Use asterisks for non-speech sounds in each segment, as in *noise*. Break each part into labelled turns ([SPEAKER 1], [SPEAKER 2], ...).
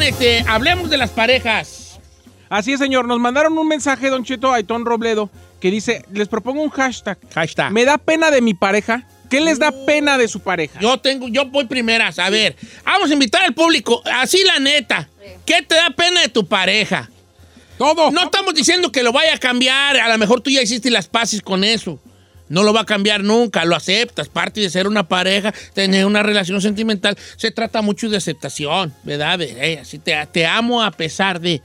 [SPEAKER 1] este, hablemos de las parejas.
[SPEAKER 2] Así es, señor. Nos mandaron un mensaje, Don Cheto Aitón Robledo, que dice: Les propongo un hashtag.
[SPEAKER 1] Hashtag.
[SPEAKER 2] Me da pena de mi pareja. ¿Qué les da pena de su pareja?
[SPEAKER 1] Yo tengo, yo voy primeras. A ver, vamos a invitar al público. Así la neta. ¿Qué te da pena de tu pareja?
[SPEAKER 2] Todo.
[SPEAKER 1] No estamos diciendo que lo vaya a cambiar. A lo mejor tú ya hiciste las paces con eso. No lo va a cambiar nunca, lo aceptas. Parte de ser una pareja, tener una relación sentimental, se trata mucho de aceptación, ¿verdad? De, "Hey, así te, te amo a pesar de.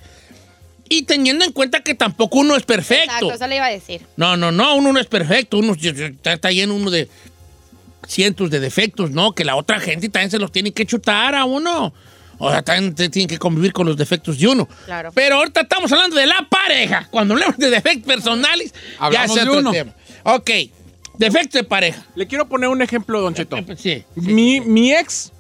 [SPEAKER 1] Y teniendo en cuenta que tampoco uno es perfecto.
[SPEAKER 3] Exacto, eso le iba a decir.
[SPEAKER 1] No, no, no, uno no es perfecto, uno está, está lleno uno de cientos de defectos, ¿no? Que la otra gente también se los tiene que chutar a uno. O sea, también te- tienen que convivir con los defectos de uno.
[SPEAKER 3] Claro.
[SPEAKER 1] Pero ahorita estamos hablando de la pareja. Cuando hablamos de defectos personales,
[SPEAKER 2] Hablamos
[SPEAKER 1] ya es
[SPEAKER 2] de
[SPEAKER 1] otro
[SPEAKER 2] uno.
[SPEAKER 1] tema. Ok, defectos de pareja.
[SPEAKER 2] Le quiero poner un ejemplo, Don Cheto.
[SPEAKER 1] Sí.
[SPEAKER 2] Mi, mi ex,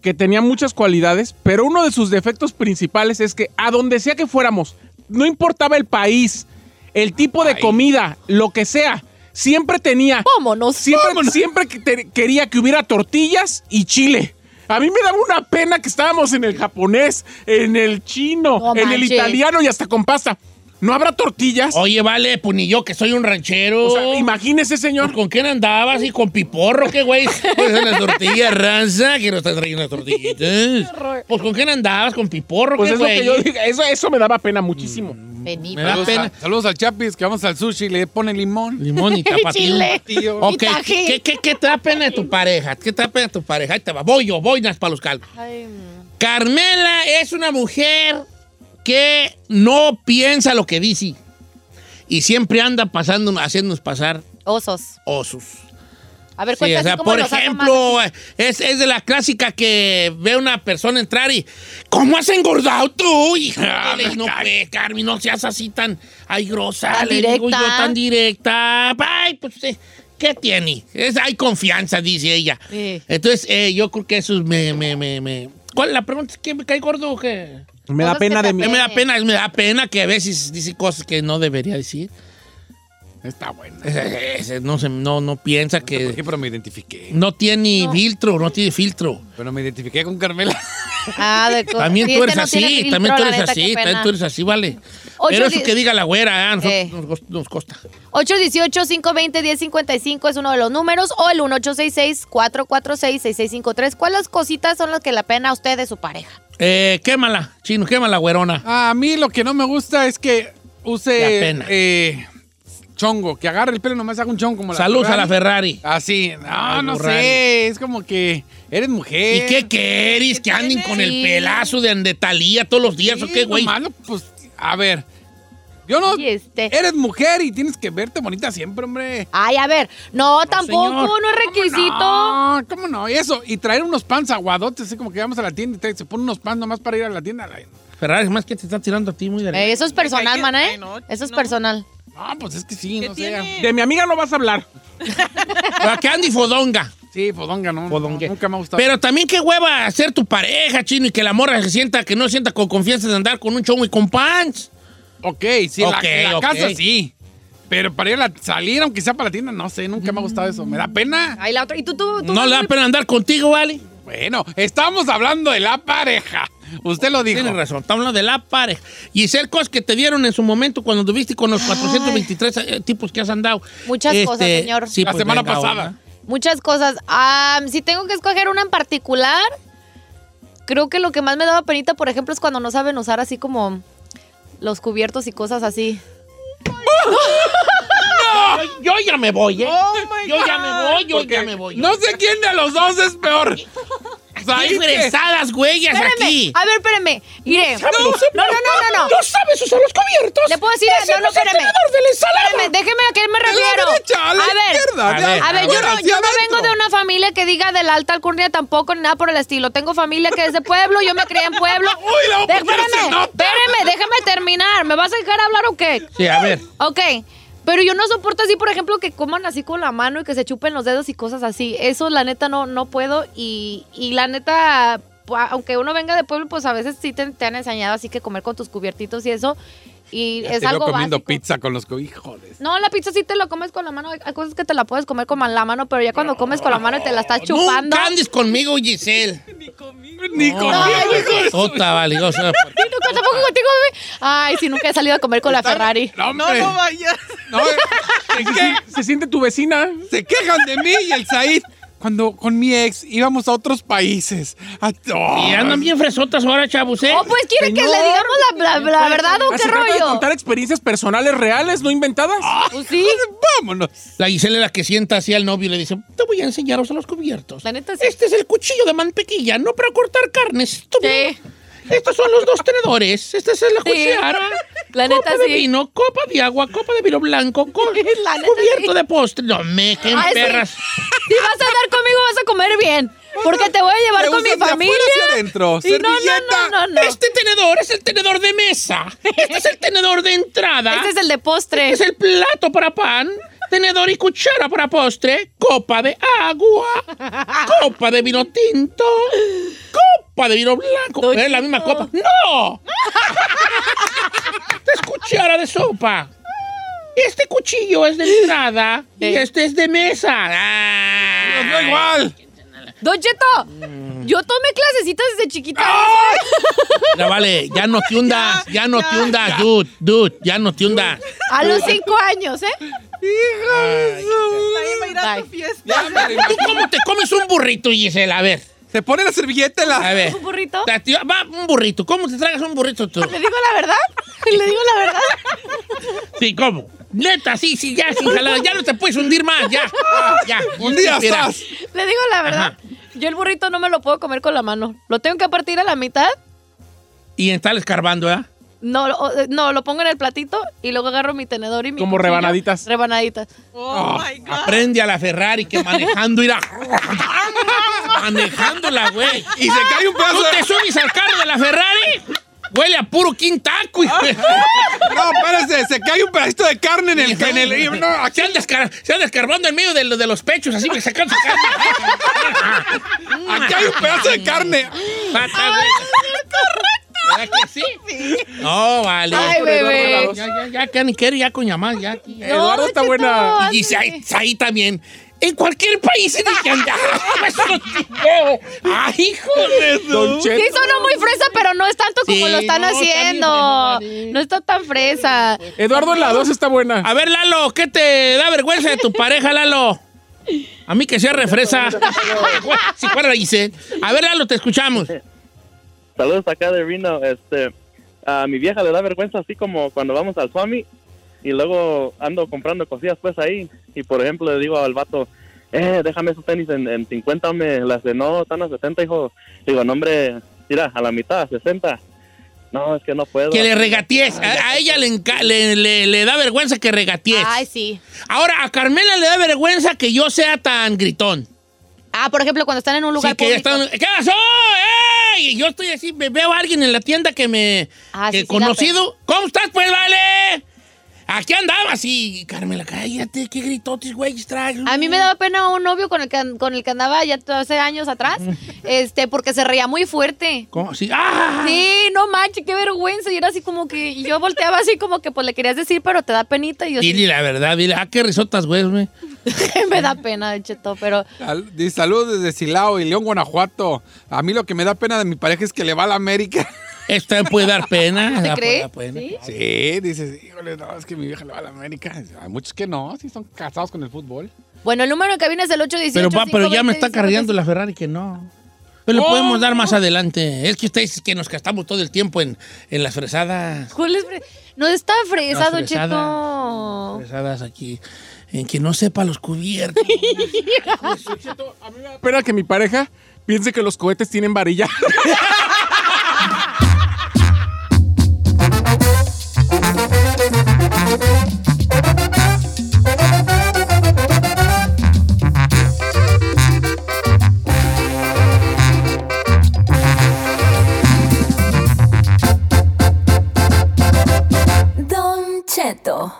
[SPEAKER 2] que tenía muchas cualidades, pero uno de sus defectos principales es que a donde sea que fuéramos, no importaba el país, el tipo de
[SPEAKER 1] Ay.
[SPEAKER 2] comida, lo que sea, siempre tenía.
[SPEAKER 3] Vámonos.
[SPEAKER 2] Siempre, siempre que te- quería que hubiera tortillas y chile. A mí me daba una pena que estábamos en el japonés, en el chino,
[SPEAKER 3] No
[SPEAKER 2] en el
[SPEAKER 3] manches.
[SPEAKER 2] italiano y hasta con pasta. ¿No habrá tortillas?
[SPEAKER 1] Oye, vale, pues ni yo que soy un ranchero.
[SPEAKER 2] O
[SPEAKER 3] Oh.
[SPEAKER 2] sea, imagínese,
[SPEAKER 1] Pues,
[SPEAKER 2] señor.
[SPEAKER 1] ¿Con quién andabas? ¿Y con piporro? ¿Qué
[SPEAKER 2] *laughs*
[SPEAKER 1] güey? Pues en las tortillas, ranza, que nos está trayendo las tortillitas. Pues ¿con quién andabas? ¿Con piporro?
[SPEAKER 2] Pues
[SPEAKER 1] ¿Qué
[SPEAKER 2] es lo que
[SPEAKER 1] güey?
[SPEAKER 2] yo dije. Eso, eso me daba pena muchísimo.
[SPEAKER 3] Mm.
[SPEAKER 1] Me
[SPEAKER 3] Benito.
[SPEAKER 1] da
[SPEAKER 4] Saludos,
[SPEAKER 1] pena.
[SPEAKER 4] a- saludos al Chapis, que vamos al sushi y le pone limón.
[SPEAKER 2] *laughs*
[SPEAKER 1] Limón y tapatío.
[SPEAKER 3] Chile.
[SPEAKER 4] Tío.
[SPEAKER 1] Ok,
[SPEAKER 3] Y tajín.
[SPEAKER 1] ¿qué, qué, qué te da pena de tu pareja? ¿Qué te da pena de tu pareja? Ahí te va. Voy yo, voy para los calvos.
[SPEAKER 3] Ay, mm,
[SPEAKER 1] Carmela es una mujer que no piensa lo que dice y siempre anda pasando, haciéndonos pasar
[SPEAKER 3] Osos.
[SPEAKER 1] osos.
[SPEAKER 3] A ver,
[SPEAKER 1] Sí, o
[SPEAKER 3] cuéntame
[SPEAKER 1] sea,
[SPEAKER 3] cómo
[SPEAKER 1] por
[SPEAKER 3] los hago
[SPEAKER 1] ejemplo, es, es de la clásica que ve una persona entrar y ¿cómo has engordado tú? hija? Le digo, no, pues, Carmen, no seas así tan ay grosa,
[SPEAKER 3] Tan
[SPEAKER 1] le digo yo
[SPEAKER 3] directa.
[SPEAKER 1] tan directa. Ay, pues eh, ¿qué tiene? Es, hay confianza, dice ella.
[SPEAKER 3] Sí.
[SPEAKER 1] Entonces, eh, yo creo que eso es me, me, me, me- ¿Cuál la pregunta es que me cae gordo o qué?
[SPEAKER 2] Me da
[SPEAKER 3] Cosas que
[SPEAKER 2] pena
[SPEAKER 3] te
[SPEAKER 2] de mi
[SPEAKER 1] Eh,
[SPEAKER 3] Sí.
[SPEAKER 1] Me da pena, me da pena que a veces dice cosas que no debería decir.
[SPEAKER 4] Está bueno.
[SPEAKER 1] *laughs* Ese- ese No, se, no, no piensa
[SPEAKER 4] ¿Por qué?
[SPEAKER 1] que
[SPEAKER 4] Pero me identifiqué.
[SPEAKER 1] no tiene filtro, no tiene filtro.
[SPEAKER 4] Pero me identifiqué con Carmela.
[SPEAKER 3] Ah, de co-
[SPEAKER 1] También
[SPEAKER 3] Pues, Sí,
[SPEAKER 1] tú
[SPEAKER 3] este
[SPEAKER 1] eres
[SPEAKER 3] no
[SPEAKER 1] así,
[SPEAKER 3] tiene filtro,
[SPEAKER 1] también tú
[SPEAKER 3] la
[SPEAKER 1] eres
[SPEAKER 3] neta,
[SPEAKER 1] así,
[SPEAKER 3] qué
[SPEAKER 1] también
[SPEAKER 3] pena.
[SPEAKER 1] tú eres así, vale.
[SPEAKER 3] Ocho
[SPEAKER 1] Pero eso
[SPEAKER 3] li-
[SPEAKER 1] que diga la güera, ah, nosotros
[SPEAKER 3] Eh.
[SPEAKER 1] nos, cost- nos costa.
[SPEAKER 3] 818-520-1055 es uno de los números o el 1866-446-6653. ¿Cuáles cositas son las que la pena a usted de su pareja?
[SPEAKER 1] Eh, quémala, chino, quémala, güerona.
[SPEAKER 4] *laughs* A mí lo que no me gusta es que
[SPEAKER 1] La
[SPEAKER 4] use
[SPEAKER 1] pena.
[SPEAKER 4] eh, chongo, que agarre el pelo y nomás haga un chongo como la
[SPEAKER 1] Saludos a la Ferrari.
[SPEAKER 4] Así, no,
[SPEAKER 1] Ay,
[SPEAKER 4] no
[SPEAKER 1] Burrani.
[SPEAKER 4] sé, es como que eres mujer.
[SPEAKER 1] ¿Y qué querís? Que anden con el
[SPEAKER 3] Sí.
[SPEAKER 1] pelazo de, de Talía todos los días, ¿o
[SPEAKER 4] Sí,
[SPEAKER 1] qué, güey?
[SPEAKER 4] nomás lo- pues, a ver, yo no...
[SPEAKER 3] Y este.
[SPEAKER 4] Eres mujer y tienes que verte bonita siempre, hombre.
[SPEAKER 3] Ay, a ver, no, tampoco,
[SPEAKER 1] señor.
[SPEAKER 3] no es requisito.
[SPEAKER 4] No, ¿cómo no? Y eso, y traer unos pants aguadotes, así como que vamos a la tienda y trae- se pone unos pants nomás para ir a la tienda. la-
[SPEAKER 1] Ferrari, es más que te está tirando a ti muy de
[SPEAKER 3] Eh, eso es personal,
[SPEAKER 5] Ay,
[SPEAKER 3] man, ¿eh?
[SPEAKER 5] ay, no,
[SPEAKER 3] eso es
[SPEAKER 5] no.
[SPEAKER 3] personal.
[SPEAKER 4] No, pues es que sí,
[SPEAKER 5] ¿Qué
[SPEAKER 4] no sé.
[SPEAKER 5] tiene?
[SPEAKER 2] De mi amiga no vas a hablar.
[SPEAKER 1] ¿Para qué Andy
[SPEAKER 4] *laughs*
[SPEAKER 1] Fodonga?
[SPEAKER 4] Sí, fodonga, ¿no?
[SPEAKER 1] Fodongue.
[SPEAKER 4] No, Nunca me ha gustado.
[SPEAKER 1] Pero también qué hueva ser tu pareja, chino, y que la morra se sienta, que no sienta con confianza de andar con un chongo y con pants.
[SPEAKER 4] Ok, sí, la-
[SPEAKER 1] Ok,
[SPEAKER 4] la,
[SPEAKER 1] ok.
[SPEAKER 4] casa sí. Pero para ir a la- salir, aunque sea para la tienda, no sé, nunca me ha gustado eso. Me da pena.
[SPEAKER 3] Ay, la otra. ¿Y tú, tú, tú?
[SPEAKER 1] No le da pena andar contigo, ¿vale?
[SPEAKER 4] Bueno, estamos hablando de la pareja. Usted lo dijo.
[SPEAKER 1] Tienes razón, estamos hablando de la pareja. Giselle, cosas que te dieron en su momento cuando anduviste con los 423 tipos que has andado. Este, pues,
[SPEAKER 3] Muchas cosas, señor.
[SPEAKER 4] La
[SPEAKER 1] venga,
[SPEAKER 4] semana pasada.
[SPEAKER 1] ahora.
[SPEAKER 3] Muchas cosas. Ah, si tengo que escoger una en particular, creo que lo que más me daba penita, por ejemplo, es cuando no saben usar así como los cubiertos y cosas así.
[SPEAKER 1] Yo, yo ya me voy, ¿eh? yo ya me voy, yo ya me voy.
[SPEAKER 4] No sé quién de los dos es peor. O sea, ahí
[SPEAKER 1] hay
[SPEAKER 4] que-
[SPEAKER 1] fresadas, güeyes,
[SPEAKER 3] Espérame, ¿ah,
[SPEAKER 1] aquí.
[SPEAKER 3] a ver, espérame. Mire. No,
[SPEAKER 1] Déjame
[SPEAKER 3] no,
[SPEAKER 1] los-
[SPEAKER 3] no, no, no.
[SPEAKER 1] No sabes usar los cubiertos.
[SPEAKER 3] Le puedo decir,
[SPEAKER 1] Ese
[SPEAKER 3] no, no,
[SPEAKER 1] es el
[SPEAKER 3] espérame.
[SPEAKER 1] tenedor de la ensalada.
[SPEAKER 3] Espérame, déjeme a qué me
[SPEAKER 4] de la
[SPEAKER 3] refiero.
[SPEAKER 4] derecha a la izquierda,
[SPEAKER 1] de
[SPEAKER 3] a ver, yo,
[SPEAKER 4] afuera
[SPEAKER 3] no,
[SPEAKER 4] hacia
[SPEAKER 3] yo no
[SPEAKER 4] adentro.
[SPEAKER 3] vengo de una familia que diga de la alta alcurnia tampoco ni nada por el estilo. Tengo familia que es de pueblo, yo me crié en
[SPEAKER 1] *laughs*
[SPEAKER 3] pueblo.
[SPEAKER 4] Uy, la voy a poner
[SPEAKER 3] Espérame,
[SPEAKER 4] sin nota.
[SPEAKER 3] espérame, déjame terminar. ¿Me vas a dejar hablar o qué?
[SPEAKER 1] Sí, a ver.
[SPEAKER 3] Ok, pero yo no soporto así, por ejemplo, que coman así con la mano y que se chupen los dedos y cosas así. Eso, la neta, no, no puedo. Y, y la neta, pu- aunque uno venga de pueblo, pues a veces sí te, te han enseñado así que comer con tus cubiertitos y eso. Y
[SPEAKER 4] Ya
[SPEAKER 3] es
[SPEAKER 4] te veo
[SPEAKER 3] algo
[SPEAKER 4] comiendo
[SPEAKER 3] básico.
[SPEAKER 4] pizza con los cojones.
[SPEAKER 3] No, la pizza sí te la comes con la mano. Hay hay cosas que te la puedes comer con la mano, pero ya cuando comes con la mano y te la estás chupando.
[SPEAKER 4] *laughs*
[SPEAKER 1] Nunca andes conmigo, Giselle.
[SPEAKER 4] Ni
[SPEAKER 1] No,
[SPEAKER 4] conmigo, hijo de su-
[SPEAKER 1] Tota, vale. o sea,
[SPEAKER 3] Y tú, tampoco contigo, bebé. Ay, si nunca he salido a comer con la Ferrari.
[SPEAKER 4] No,
[SPEAKER 5] No,
[SPEAKER 4] hombre.
[SPEAKER 5] no vayas.
[SPEAKER 4] No, eh. se, que-
[SPEAKER 2] Se siente tu vecina.
[SPEAKER 4] se quejan de mí y el Said. Cuando con mi ex íbamos a otros países. Ah, A-
[SPEAKER 1] y andan bien fresotas ahora, chavos, ¿eh?
[SPEAKER 3] Oh, pues quiere que
[SPEAKER 2] Señor.
[SPEAKER 3] le digamos la, la- la verdad o
[SPEAKER 2] Ah,
[SPEAKER 3] qué
[SPEAKER 2] se trata de
[SPEAKER 3] rollo.
[SPEAKER 2] contar experiencias personales reales, no inventadas.
[SPEAKER 3] Pues sí.
[SPEAKER 4] Vámonos.
[SPEAKER 1] La Gisela es la que sienta así al novio y le dice, te voy a enseñaros a los cubiertos.
[SPEAKER 3] La neta sí.
[SPEAKER 1] Este es el cuchillo de mantequilla, no para cortar carnes, estúpido.
[SPEAKER 3] Sí.
[SPEAKER 1] Estos son los
[SPEAKER 3] *laughs*
[SPEAKER 1] dos tenedores. Esta es la
[SPEAKER 3] Sí.
[SPEAKER 1] cuchara. copa
[SPEAKER 3] La neta
[SPEAKER 1] de
[SPEAKER 3] sí.
[SPEAKER 1] vino, copa de agua, copa de vino blanco, co-
[SPEAKER 3] *laughs* La neta
[SPEAKER 1] cubierto
[SPEAKER 3] sí. Ah,
[SPEAKER 1] de postre. No me, qué
[SPEAKER 3] Ay, sí.
[SPEAKER 1] perras.
[SPEAKER 3] *laughs* Si vas a andar conmigo, vas a comer bien. Porque te voy a llevar
[SPEAKER 4] Me
[SPEAKER 3] con mi
[SPEAKER 4] usas de
[SPEAKER 3] familia.
[SPEAKER 4] afuera hacia adentro,
[SPEAKER 3] Y no, no,
[SPEAKER 4] servilleta.
[SPEAKER 3] no, no, no.
[SPEAKER 1] Este tenedor es el tenedor de mesa. Este es el tenedor de entrada.
[SPEAKER 3] Este es el de
[SPEAKER 1] *laughs*
[SPEAKER 3] postre.
[SPEAKER 1] Este es el plato para pan, tenedor y cuchara para postre, copa de agua, copa de vino tinto, copa de vino blanco.
[SPEAKER 3] Don
[SPEAKER 1] ¿Es la
[SPEAKER 3] Cheto.
[SPEAKER 1] misma copa? ¡No! *laughs* Esta es cuchara de sopa. Este cuchillo es de entrada y
[SPEAKER 3] Sí.
[SPEAKER 1] este es de mesa. ¡Ah!
[SPEAKER 4] Nos da igual.
[SPEAKER 3] Don Cheto, yo tomé clasecitas desde chiquita.
[SPEAKER 1] Ya vale, ya no te hundas, ya, no te hundas, dude, dude, ya no te hundas.
[SPEAKER 3] A los cinco años, ¿eh?
[SPEAKER 5] Nadie va a ir a tu
[SPEAKER 3] Bye.
[SPEAKER 5] fiesta.
[SPEAKER 4] Ya, hombre,
[SPEAKER 1] ¿Tú cómo te comes un burrito, Gisela? A ver,
[SPEAKER 4] Se pone la servilleta y
[SPEAKER 1] a
[SPEAKER 4] la...
[SPEAKER 1] ver.
[SPEAKER 3] ¿Un burrito?
[SPEAKER 1] La tía- va, un burrito. ¿Cómo te tragas un burrito tú?
[SPEAKER 3] ¿Le digo la verdad? *laughs* ¿Le digo la verdad?
[SPEAKER 1] Sí, ¿cómo? Neta, sí, sí, ya, sin jalada. Ya no te puedes hundir más, ya. Ya.
[SPEAKER 4] *laughs* Un día
[SPEAKER 1] Mira,
[SPEAKER 4] estás.
[SPEAKER 3] ¿Le digo la verdad?
[SPEAKER 1] Ajá.
[SPEAKER 3] Yo el burrito no me lo puedo comer con la mano. ¿Lo tengo que partir a la mitad?
[SPEAKER 1] Y estar escarbando, ¿eh? ¿verdad?
[SPEAKER 3] No, lo- o- no, lo pongo en el platito y luego agarro mi tenedor y mi
[SPEAKER 2] Como
[SPEAKER 3] cuchillo.
[SPEAKER 2] rebanaditas.
[SPEAKER 3] Rebanaditas.
[SPEAKER 5] Oh, my God.
[SPEAKER 1] Aprende a la Ferrari que manejando irá. Manejándola, güey.
[SPEAKER 4] Y se cae un
[SPEAKER 1] ¿Tú
[SPEAKER 4] pedazo
[SPEAKER 1] te
[SPEAKER 4] de...
[SPEAKER 1] subes al carro de la Ferrari? Huele a puro quintaco, hijo de-
[SPEAKER 4] No, espérese, se cae un pedacito de carne en *laughs* el... En el no, aquí
[SPEAKER 1] se, anda escar- se anda escarbando en medio de, lo- de los pechos, así que sacando su carne.
[SPEAKER 4] *laughs* Aquí hay un pedazo de carne.
[SPEAKER 1] Pata, güey. ¿Verdad que sí? No, vale.
[SPEAKER 3] Ay, bebé.
[SPEAKER 1] Ya, ya, ya, que ni quiere, ya con llamar, ya. aquí, ya.
[SPEAKER 2] Eduardo
[SPEAKER 3] Don
[SPEAKER 2] está
[SPEAKER 3] Cheto,
[SPEAKER 2] buena.
[SPEAKER 1] Y dice,
[SPEAKER 3] ándale.
[SPEAKER 1] ahí, ahí también. En cualquier país en el que anda. Eso no tiene. ¡Ay, hijo de su-
[SPEAKER 2] Don Cheto.
[SPEAKER 3] Sí, sonó muy fresa, pero no es tanto como
[SPEAKER 1] Sí,
[SPEAKER 3] lo están
[SPEAKER 1] no, está bien
[SPEAKER 3] haciendo.
[SPEAKER 1] rebanadita.
[SPEAKER 3] No está tan fresa.
[SPEAKER 2] Eduardo en la 2 está buena.
[SPEAKER 1] A ver, Lalo, ¿qué te da vergüenza de tu pareja, Lalo? A mí que sea refresa. si fuera la Giselle. A ver, Lalo, te escuchamos.
[SPEAKER 6] Saludos acá de Reno. Este, a mi vieja le da vergüenza así como cuando vamos al Swami y luego ando comprando cosillas pues ahí. Y por ejemplo le digo al vato, eh, déjame esos tenis en, en 50, me las de no, están a 70, hijo. Digo, no hombre, mira, a la mitad, a 60. No, es que no puedo.
[SPEAKER 1] Que le regatees. A, a ella le, enca- le, le- le da vergüenza que regatees.
[SPEAKER 3] Ay, sí.
[SPEAKER 1] Ahora, a Carmela le da vergüenza que yo sea tan gritón.
[SPEAKER 3] Ah, por ejemplo, cuando están en un lugar
[SPEAKER 1] Sí, que ya
[SPEAKER 3] público.
[SPEAKER 1] están- ¿Qué pasó? ¡Ey! Y Yo estoy así, me veo a alguien en la tienda que me...
[SPEAKER 3] Ah,
[SPEAKER 1] que
[SPEAKER 3] sí, sí,
[SPEAKER 1] conocido. ¿Cómo estás, pues, vale? Aquí andaba, sí. Carmela, cállate, qué gritotes, güey, traes.
[SPEAKER 3] A mí me daba pena un novio con el que, an- con el que andaba ya t- hace años
[SPEAKER 1] *laughs*
[SPEAKER 3] atrás, este, porque se reía muy fuerte.
[SPEAKER 1] ¿Cómo? Sí. ¡Ah!
[SPEAKER 3] Sí, no manches, qué vergüenza. Y era así como que y yo volteaba así como que pues le querías decir, pero te da penita y yo sí,
[SPEAKER 1] Dile la verdad, dile. Ah, qué risotas, güey, güey.
[SPEAKER 3] *laughs* me da pena, de cheto, pero
[SPEAKER 4] Sal- Dice saludos desde Silao y León, Guanajuato. A mí lo que me da pena de mi pareja es que le va a la América.
[SPEAKER 1] Esta puede dar pena.
[SPEAKER 3] *laughs* ¿te
[SPEAKER 1] la puede
[SPEAKER 3] crees?
[SPEAKER 1] dar pena.
[SPEAKER 3] ¿Sí?
[SPEAKER 4] Sí, dices, híjole, no, es que mi vieja le va a la América. Hay muchos que no, sí son casados con
[SPEAKER 7] *laughs*
[SPEAKER 4] el fútbol.
[SPEAKER 3] Bueno, el número en cabina es el 818.
[SPEAKER 1] Pero, va, pero ya me está
[SPEAKER 3] 520,
[SPEAKER 1] cargando la Ferrari que no. Pero le podemos dar más adelante. Es que ustedes que nos gastamos todo el tiempo en, en las fresadas.
[SPEAKER 3] ¿Cuál es fre- No está
[SPEAKER 1] Las
[SPEAKER 3] fresado,
[SPEAKER 1] fresadas,
[SPEAKER 3] cheto.
[SPEAKER 1] Fresadas aquí. En que no sepa los cubiertos.
[SPEAKER 2] Espera que mi pareja piense que los cohetes tienen varilla.
[SPEAKER 8] Don Cheto.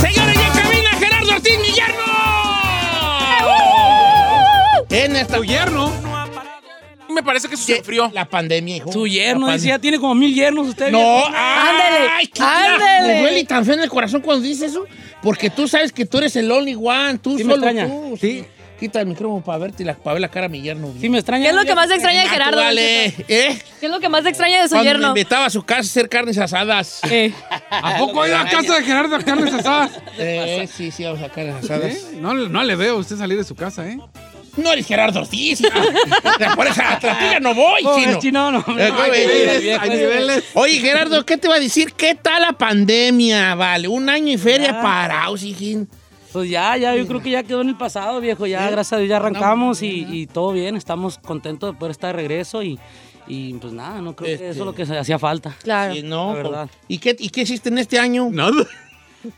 [SPEAKER 1] Señores, ya en cabina Gerardo Ortiz, mi yerno. En esta
[SPEAKER 4] Tu yerno.
[SPEAKER 2] Me parece que eso se enfrió.
[SPEAKER 1] La pandemia, hijo.
[SPEAKER 7] Su
[SPEAKER 1] La
[SPEAKER 7] yerno,
[SPEAKER 1] pandemia.
[SPEAKER 7] dice, ya tiene como mil yernos usted.
[SPEAKER 1] No,
[SPEAKER 7] viejo.
[SPEAKER 1] ándale. Ay, qué
[SPEAKER 3] ándale.
[SPEAKER 1] Me duele tan feo en el corazón cuando dices eso, porque tú sabes que tú eres el only one, tú
[SPEAKER 7] Sí me
[SPEAKER 1] solo
[SPEAKER 7] extraña.
[SPEAKER 1] tú.
[SPEAKER 4] Sí.
[SPEAKER 1] Quita el micrófono para verte y la, para ver la cara a mi yerno.
[SPEAKER 5] Sí, me extraña.
[SPEAKER 3] ¿Qué es lo que más extraña de
[SPEAKER 1] Ah, tú
[SPEAKER 3] Gerardo?
[SPEAKER 1] Dale,
[SPEAKER 3] Don Cheto?
[SPEAKER 1] ¿eh?
[SPEAKER 3] ¿Qué es lo que más extraña de su
[SPEAKER 1] Cuando me
[SPEAKER 3] yerno?
[SPEAKER 1] invitaba a su casa a hacer carnes asadas.
[SPEAKER 5] Eh,
[SPEAKER 7] Ah,
[SPEAKER 4] ¿A poco ha ido a casa de Gerardo a carnes *laughs* asadas?
[SPEAKER 1] Eh, sí, sí, vamos a carnes asadas.
[SPEAKER 4] ¿Eh? No, no le veo a usted salir de su casa, ¿eh?
[SPEAKER 1] No eres Gerardo Ortiz. hija. Por esa trampilla no voy,
[SPEAKER 5] pobre
[SPEAKER 1] chino.
[SPEAKER 5] chino, no.
[SPEAKER 1] Eh, güey,
[SPEAKER 5] Ay,
[SPEAKER 1] eh,
[SPEAKER 5] viejo,
[SPEAKER 4] hay
[SPEAKER 5] ese.
[SPEAKER 4] niveles.
[SPEAKER 1] Oye, Gerardo, ¿qué te va a decir? ¿Qué tal la pandemia? Vale, un año y feria oh,
[SPEAKER 5] Ya.
[SPEAKER 1] parados, hijín.
[SPEAKER 5] Pues ya, ya, yo creo que ya quedó en el pasado, viejo. Ya, gracias a Dios, ya arrancamos y, y todo bien. Estamos contentos de poder estar de regreso y, y pues nada, no creo
[SPEAKER 1] Este.
[SPEAKER 5] que eso es lo que se hacía falta.
[SPEAKER 3] Claro.
[SPEAKER 1] Sí, no, pues,
[SPEAKER 5] la verdad.
[SPEAKER 1] ¿Y qué, ¿Y qué hiciste en este año?
[SPEAKER 4] Nada.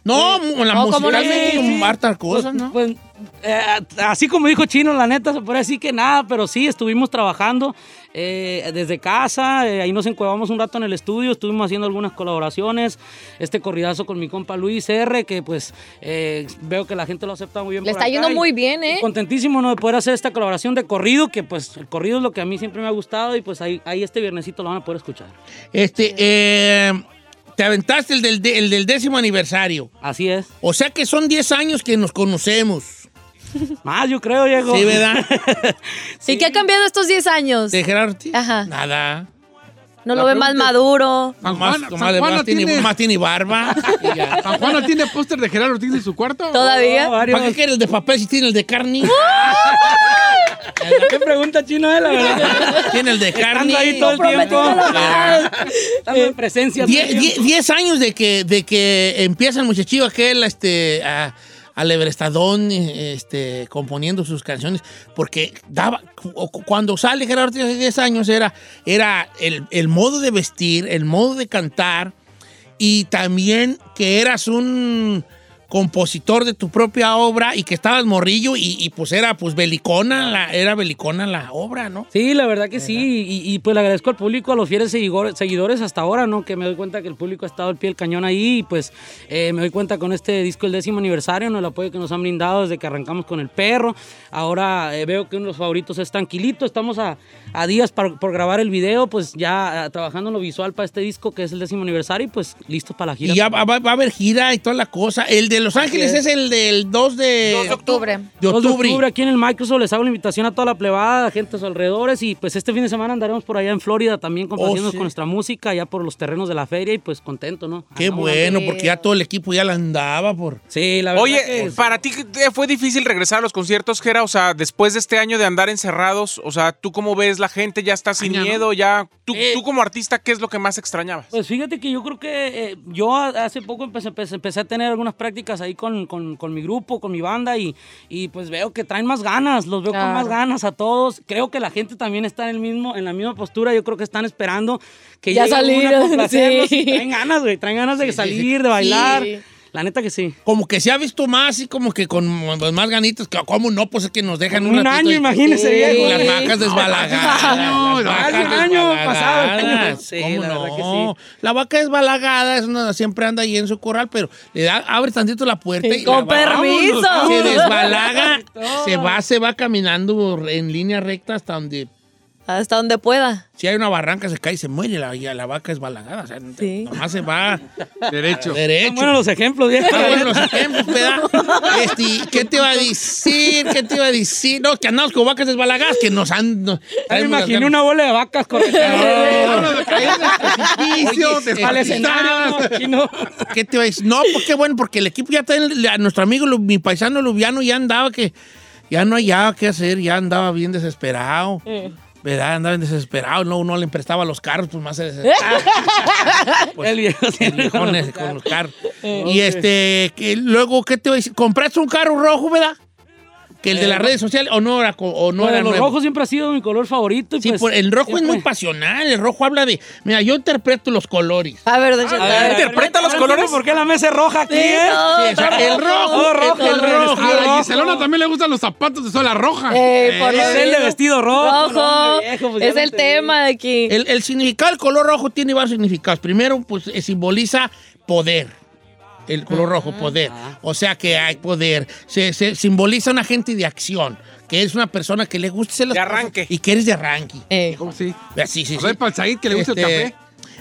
[SPEAKER 1] No, mu- la
[SPEAKER 3] No, ¿cómo no?
[SPEAKER 1] musicalmente,
[SPEAKER 5] Sí, sí.
[SPEAKER 1] hartas cosas, ¿no?
[SPEAKER 5] Pues, eh, así como dijo Chino, la neta, se puede decir que nada, pero sí, estuvimos trabajando eh, desde casa, eh, ahí nos encuevamos un rato en el estudio, estuvimos haciendo algunas colaboraciones, este corridazo con mi compa Luis R, que pues eh, veo que la gente lo acepta muy bien.
[SPEAKER 3] Le
[SPEAKER 5] por
[SPEAKER 3] está
[SPEAKER 5] acá
[SPEAKER 3] yendo
[SPEAKER 5] y-
[SPEAKER 3] muy bien, ¿eh?
[SPEAKER 5] y Contentísimo ¿no? de poder hacer esta colaboración de corrido, que pues el corrido es lo que a mí siempre me ha gustado y pues ahí, ahí este viernesito lo van a poder escuchar.
[SPEAKER 1] Este, eh, te aventaste el del, de- el del décimo aniversario.
[SPEAKER 5] Así es.
[SPEAKER 1] O sea que son 10 años que nos conocemos.
[SPEAKER 5] Más yo creo, Diego.
[SPEAKER 1] Sí,
[SPEAKER 5] *laughs*
[SPEAKER 1] ¿verdad?
[SPEAKER 3] ¿Y qué ha cambiado estos 10 años?
[SPEAKER 1] ¿De Gerardo Ortiz?
[SPEAKER 3] Ajá.
[SPEAKER 1] Nada.
[SPEAKER 3] No
[SPEAKER 4] La
[SPEAKER 3] lo ve más
[SPEAKER 4] pregunta es-
[SPEAKER 3] maduro.
[SPEAKER 1] más,
[SPEAKER 4] San Juan-
[SPEAKER 1] más-
[SPEAKER 4] San Juan
[SPEAKER 1] más
[SPEAKER 4] no
[SPEAKER 1] tiene,
[SPEAKER 4] tiene-
[SPEAKER 1] más tiene
[SPEAKER 4] *laughs*
[SPEAKER 1] barba. Y ya.
[SPEAKER 4] ¿San Juan no tiene póster de Gerardo Ortiz en su cuarto?
[SPEAKER 5] No,
[SPEAKER 3] ¿Todavía?
[SPEAKER 5] varios.
[SPEAKER 1] ¿Para qué quieres el de papel si tiene el de
[SPEAKER 5] *laughs*
[SPEAKER 1] carne?
[SPEAKER 5] ¿Qué pregunta chino es la verdad?
[SPEAKER 1] tiene el
[SPEAKER 5] *laughs*
[SPEAKER 1] de carne.
[SPEAKER 5] Estando ahí todo el tiempo. Eh,
[SPEAKER 1] Ah.
[SPEAKER 5] Estando en presencia. todo el
[SPEAKER 1] Die- die-
[SPEAKER 5] tiempo.
[SPEAKER 1] diez años de que, de que empieza el muchachillo aquel este, a, al Everestadón este, componiendo sus canciones, porque daba, cu- cu- cuando sale Gerardo Ortiz hace 10 años era, era el, el modo de vestir, el modo de cantar y también que eras un compositor de tu propia obra y que estabas morrillo y, y pues era pues belicona, la, era belicona la obra, ¿no?
[SPEAKER 5] Sí, la verdad que sí. Y, y, pues le agradezco al público, a los fieles seguidor- seguidores hasta ahora, ¿no? Que me doy cuenta que el público ha estado al pie del cañón ahí. Y pues eh, me doy cuenta con este disco, el décimo aniversario, ¿no? El apoyo que nos han brindado desde que arrancamos con el perro. Ahora eh, veo que uno de los favoritos es Tranquilito. Estamos a, a días par- por grabar el video, pues ya ah, trabajando en lo visual para este disco que es el décimo aniversario. Y pues listos para la gira.
[SPEAKER 1] Y ya va, va- va a haber gira y toda la cosa. El de Los Ángeles es. el del 2 de,
[SPEAKER 3] 2 de octubre.
[SPEAKER 1] de
[SPEAKER 5] 2 de
[SPEAKER 1] octubre.
[SPEAKER 5] octubre aquí en el Microsoft les hago la invitación a toda la plebada, a gente a sus alrededores y pues este fin de semana andaremos por allá en Florida también compartiéndonos
[SPEAKER 1] Oh, sí.
[SPEAKER 5] con nuestra música allá por los terrenos de la feria y pues contento, ¿no?
[SPEAKER 1] Qué
[SPEAKER 5] Andamos
[SPEAKER 1] bueno,
[SPEAKER 5] dando-
[SPEAKER 1] porque ya todo el equipo ya la andaba por.
[SPEAKER 5] Sí, la verdad que
[SPEAKER 2] Oye, ¿para ti qué- fue difícil regresar a los conciertos, Gera? O sea, después de este año de andar encerrados, o sea, ¿tú cómo ves la gente? ¿Ya está sin
[SPEAKER 1] Año, ¿no?
[SPEAKER 2] miedo? ya ¿Tú,
[SPEAKER 1] Eh.
[SPEAKER 2] tú como artista qué es lo que más extrañabas?
[SPEAKER 5] Pues fíjate que yo creo que eh, yo a- hace poco empecé, empecé, empecé a tener algunas prácticas ahí con, con- con mi grupo, con mi banda y, y pues veo que traen más ganas, los veo con
[SPEAKER 3] Claro.
[SPEAKER 5] más ganas a todos. Creo que la gente también está en, el mismo, en la misma postura, yo creo que están esperando que
[SPEAKER 3] Ya
[SPEAKER 5] llegue alguna
[SPEAKER 3] salir,
[SPEAKER 5] a complacerlos.
[SPEAKER 3] sí.
[SPEAKER 5] Traen ganas, güey, traen ganas de salir, de bailar. La neta que sí.
[SPEAKER 1] Como que se ha visto más y como que con pues, más ganitas. que ¿Cómo no? Pues es que nos dejan un,
[SPEAKER 5] Un
[SPEAKER 1] ratito
[SPEAKER 5] año,
[SPEAKER 1] y-
[SPEAKER 5] imagínese,
[SPEAKER 1] Sí,
[SPEAKER 5] viejo.
[SPEAKER 1] Las vacas desbalagadas. las
[SPEAKER 4] No, no,
[SPEAKER 1] vacas
[SPEAKER 5] hace un año
[SPEAKER 1] desbalagadas.
[SPEAKER 5] pasado. Sí,
[SPEAKER 1] ¿Cómo
[SPEAKER 5] la verdad que
[SPEAKER 1] no? La vaca desbalagada es una, siempre anda ahí en su corral, pero le da, abre tantito la puerta y.
[SPEAKER 3] Con
[SPEAKER 1] la vaca
[SPEAKER 3] permiso.
[SPEAKER 1] Se desbalaga, se va, se va caminando en línea recta hasta donde
[SPEAKER 3] Hasta donde pueda.
[SPEAKER 1] Si hay una barranca, se cae y se muere la, y la vaca es balagada. O sea, no te-
[SPEAKER 3] Sí.
[SPEAKER 1] nomás se va
[SPEAKER 4] Derecho.
[SPEAKER 1] derecho.
[SPEAKER 5] Son buenos los ejemplos, viejo.
[SPEAKER 1] Ah, bueno, los ejemplos, ¿verdad? Este, ¿Qué te iba a decir? ¿Qué te iba a decir? No, que andamos con vacas desbalagadas, que nos han... nos-
[SPEAKER 5] Ya me
[SPEAKER 1] traemos las Ah,
[SPEAKER 5] imaginé
[SPEAKER 1] ganas.
[SPEAKER 5] una bola de vacas
[SPEAKER 1] *laughs*
[SPEAKER 5] corriendo.
[SPEAKER 4] Vámonos, caídas de precipicio,
[SPEAKER 1] Oye,
[SPEAKER 4] de
[SPEAKER 5] Al escenario,
[SPEAKER 4] patizadas.
[SPEAKER 5] ¿no? Aquí no.
[SPEAKER 1] ¿Qué te iba a decir? No, pues qué bueno, porque el equipo ya está... en- a nuestro amigo, Lu- mi paisano Lubiano, ya andaba que... Ya no hallaba qué hacer, ya andaba bien desesperado. ¿Verdad? Andaba bien desesperado. No, uno le prestaba los carros, pues más se
[SPEAKER 5] *laughs*
[SPEAKER 1] desesperaba. Pues,
[SPEAKER 5] El viejo
[SPEAKER 1] El
[SPEAKER 5] siempre
[SPEAKER 1] viejón
[SPEAKER 5] *laughs* con
[SPEAKER 1] ese
[SPEAKER 5] los
[SPEAKER 1] con
[SPEAKER 5] carros.
[SPEAKER 1] los carros. Y este, que luego, ¿qué te voy a decir? ¿Compraste un carro rojo, verdad? Que el de
[SPEAKER 5] Eh,
[SPEAKER 1] las
[SPEAKER 5] no.
[SPEAKER 1] redes sociales, o no era, co- o no
[SPEAKER 5] Bueno,
[SPEAKER 1] era
[SPEAKER 5] los
[SPEAKER 1] nuevo.
[SPEAKER 5] rojos siempre ha sido mi color favorito. y
[SPEAKER 1] Sí,
[SPEAKER 5] pues,
[SPEAKER 1] por- el rojo es
[SPEAKER 5] siempre-
[SPEAKER 1] muy pasional, el rojo habla de... Mira, yo interpreto los colores.
[SPEAKER 3] A ver, don Cheto.
[SPEAKER 5] A ver,
[SPEAKER 2] Interpreta los
[SPEAKER 5] ahora
[SPEAKER 2] colores.
[SPEAKER 5] entiendo ¿Por qué la mesa es roja aquí, eh?
[SPEAKER 1] Sí, o sea, el rojo,
[SPEAKER 5] Todo rojo,
[SPEAKER 1] el rojo.
[SPEAKER 4] A la
[SPEAKER 5] rojo.
[SPEAKER 4] Giselona también le gustan los zapatos de sola roja.
[SPEAKER 3] Ey, Eh, por lo
[SPEAKER 5] Es el de
[SPEAKER 3] menos.
[SPEAKER 5] vestido rojo.
[SPEAKER 3] Rojo.
[SPEAKER 5] hombre, viejo, pues ya
[SPEAKER 3] Es
[SPEAKER 5] no
[SPEAKER 3] el
[SPEAKER 5] te
[SPEAKER 3] tema de aquí.
[SPEAKER 1] El, el significado del color rojo tiene varios significados. Primero, pues eh, simboliza poder. El color rojo, poder. O sea que hay poder. Se, se simboliza un agente de acción, que es una persona que le gusta hacer las
[SPEAKER 2] De
[SPEAKER 1] cosas
[SPEAKER 2] arranque.
[SPEAKER 1] Y que eres de arranque.
[SPEAKER 3] Eh.
[SPEAKER 4] ¿Cómo sí?
[SPEAKER 1] Ah, Sí, sí,
[SPEAKER 4] A
[SPEAKER 1] sí.
[SPEAKER 4] ver, para el Said que le gusta el
[SPEAKER 1] Este,
[SPEAKER 4] café.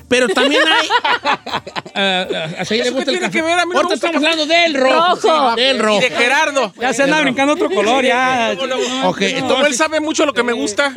[SPEAKER 1] Pero también
[SPEAKER 2] *laughs*
[SPEAKER 1] hay. Ah, ah, ¿A Said le
[SPEAKER 2] ¿Eso qué
[SPEAKER 1] gusta el
[SPEAKER 2] tiene
[SPEAKER 1] café?
[SPEAKER 2] que ver? A mí no me
[SPEAKER 1] Ahorita
[SPEAKER 2] gusta
[SPEAKER 1] estamos hablando del rojo.
[SPEAKER 3] Rojo.
[SPEAKER 1] Del
[SPEAKER 2] Y
[SPEAKER 1] rojo.
[SPEAKER 2] de Gerardo.
[SPEAKER 5] Ya se anda brincando otro
[SPEAKER 1] *laughs*
[SPEAKER 5] color, ya.
[SPEAKER 1] Ok,
[SPEAKER 2] Como él
[SPEAKER 1] entonces,
[SPEAKER 2] sabe mucho lo que me gusta.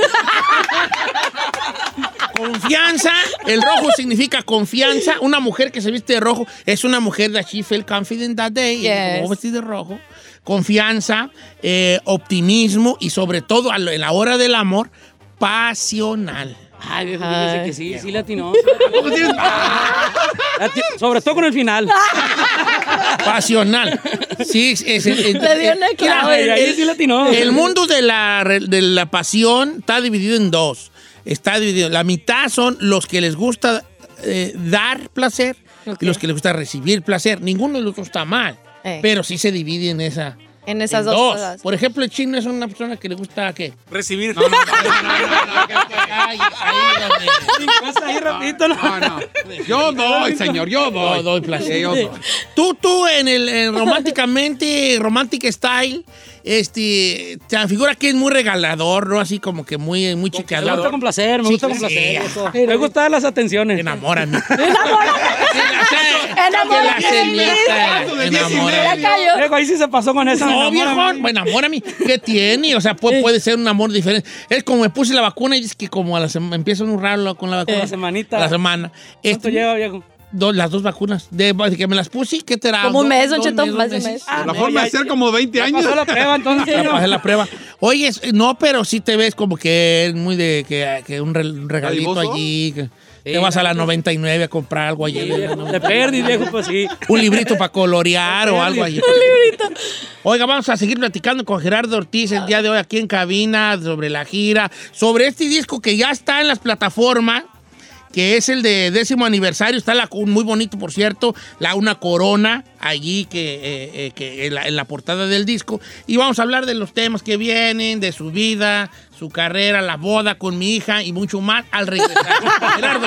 [SPEAKER 1] confianza. El rojo significa confianza. Una mujer que se viste de rojo es una mujer de She Felt Confident That Day.
[SPEAKER 3] Yes.
[SPEAKER 1] Como vestida de rojo. Confianza, eh, optimismo y sobre todo a la- en la hora del amor, pasional.
[SPEAKER 5] Ay, viejo,
[SPEAKER 3] Ay.
[SPEAKER 5] fíjese que sí, sí *laughs* latinó. sí latinó. Lati- Sobre todo con el final.
[SPEAKER 3] Ah.
[SPEAKER 1] Pasional. Sí, es, es- es-
[SPEAKER 3] Le dio una
[SPEAKER 1] mira,
[SPEAKER 3] clave.
[SPEAKER 1] el-
[SPEAKER 5] Ahí sí latinó.
[SPEAKER 1] El mundo de la, re- de la pasión está dividido en dos. Está dividido. La mitad son los que les gusta eh, dar placer
[SPEAKER 3] Ok.
[SPEAKER 1] y los que les gusta recibir placer. Ninguno de los dos está mal.
[SPEAKER 3] Eh.
[SPEAKER 1] Pero sí se divide en esa.
[SPEAKER 3] En esas
[SPEAKER 1] en
[SPEAKER 3] dos cosas.
[SPEAKER 1] Por ejemplo, el chino es una persona que le gusta qué.
[SPEAKER 2] Recibir.
[SPEAKER 1] Ay, ayúdame.
[SPEAKER 5] Pasa pues, ahí rapidito, ¿no?
[SPEAKER 4] No, no. Yo doy, señor, yo
[SPEAKER 1] Yo
[SPEAKER 4] doy.
[SPEAKER 1] doy placer.
[SPEAKER 4] Sí, yo doy.
[SPEAKER 1] Tú, tú, en el en románticamente, *laughs* romantic style, este, te figura que es muy regalador, ¿no? Así como que muy, muy
[SPEAKER 5] Me gusta
[SPEAKER 1] chiqueador.
[SPEAKER 5] complacer, me
[SPEAKER 1] Sí, pues,
[SPEAKER 5] gusta
[SPEAKER 1] sí.
[SPEAKER 5] complacer. viejo. Me gustan las atenciones.
[SPEAKER 3] *laughs*
[SPEAKER 1] Enamórame.
[SPEAKER 3] Enamórame.
[SPEAKER 1] Enamórame.
[SPEAKER 3] Ya
[SPEAKER 1] Enamórame.
[SPEAKER 3] cayó.
[SPEAKER 5] Viejo, ahí sí se pasó con esa.
[SPEAKER 1] No,
[SPEAKER 5] enamórame.
[SPEAKER 1] viejón, bueno, enamórame. ¿Qué tiene? O sea, puede, puede ser un amor diferente. Es como me puse la vacuna y es que como a la sema- empiezo un raro con la
[SPEAKER 3] Eh,
[SPEAKER 1] vacuna.
[SPEAKER 5] A la semanita.
[SPEAKER 1] A La semana.
[SPEAKER 5] ¿Cuánto
[SPEAKER 1] Este,
[SPEAKER 5] lleva, viejo?
[SPEAKER 1] dos- las dos vacunas. De, de que me las puse, ¿qué te
[SPEAKER 3] Como un mes, Don Cheto, más de un mes.
[SPEAKER 5] Ah,
[SPEAKER 4] La
[SPEAKER 5] no,
[SPEAKER 4] forma
[SPEAKER 5] ya-
[SPEAKER 4] de ser como 20
[SPEAKER 5] ya
[SPEAKER 4] años.
[SPEAKER 5] Pasó la prueba, entonces.
[SPEAKER 1] Ya pasé la prueba. Oye, es- no, pero sí te ves como que es muy de que, que un re- un regalito
[SPEAKER 4] ¿Dadivoso?
[SPEAKER 1] allí. que te
[SPEAKER 5] Sí,
[SPEAKER 1] vas a
[SPEAKER 5] la
[SPEAKER 1] la 99 a comprar algo allí. ¿no?
[SPEAKER 5] Te perdí, viejo, pues sí.
[SPEAKER 1] Un librito para colorear o algo allí. Un librito. Oiga, vamos a seguir platicando con Gerardo Ortiz el día de hoy aquí en cabina sobre la gira, sobre este disco que ya está en las plataformas que es el de décimo aniversario, está la, muy bonito, por cierto, la una corona allí que, eh, eh, que en, la, en la portada del disco. Y vamos a hablar de los temas que vienen, de su vida, su carrera, la boda con mi hija y mucho más al *laughs* regresar. Gerardo.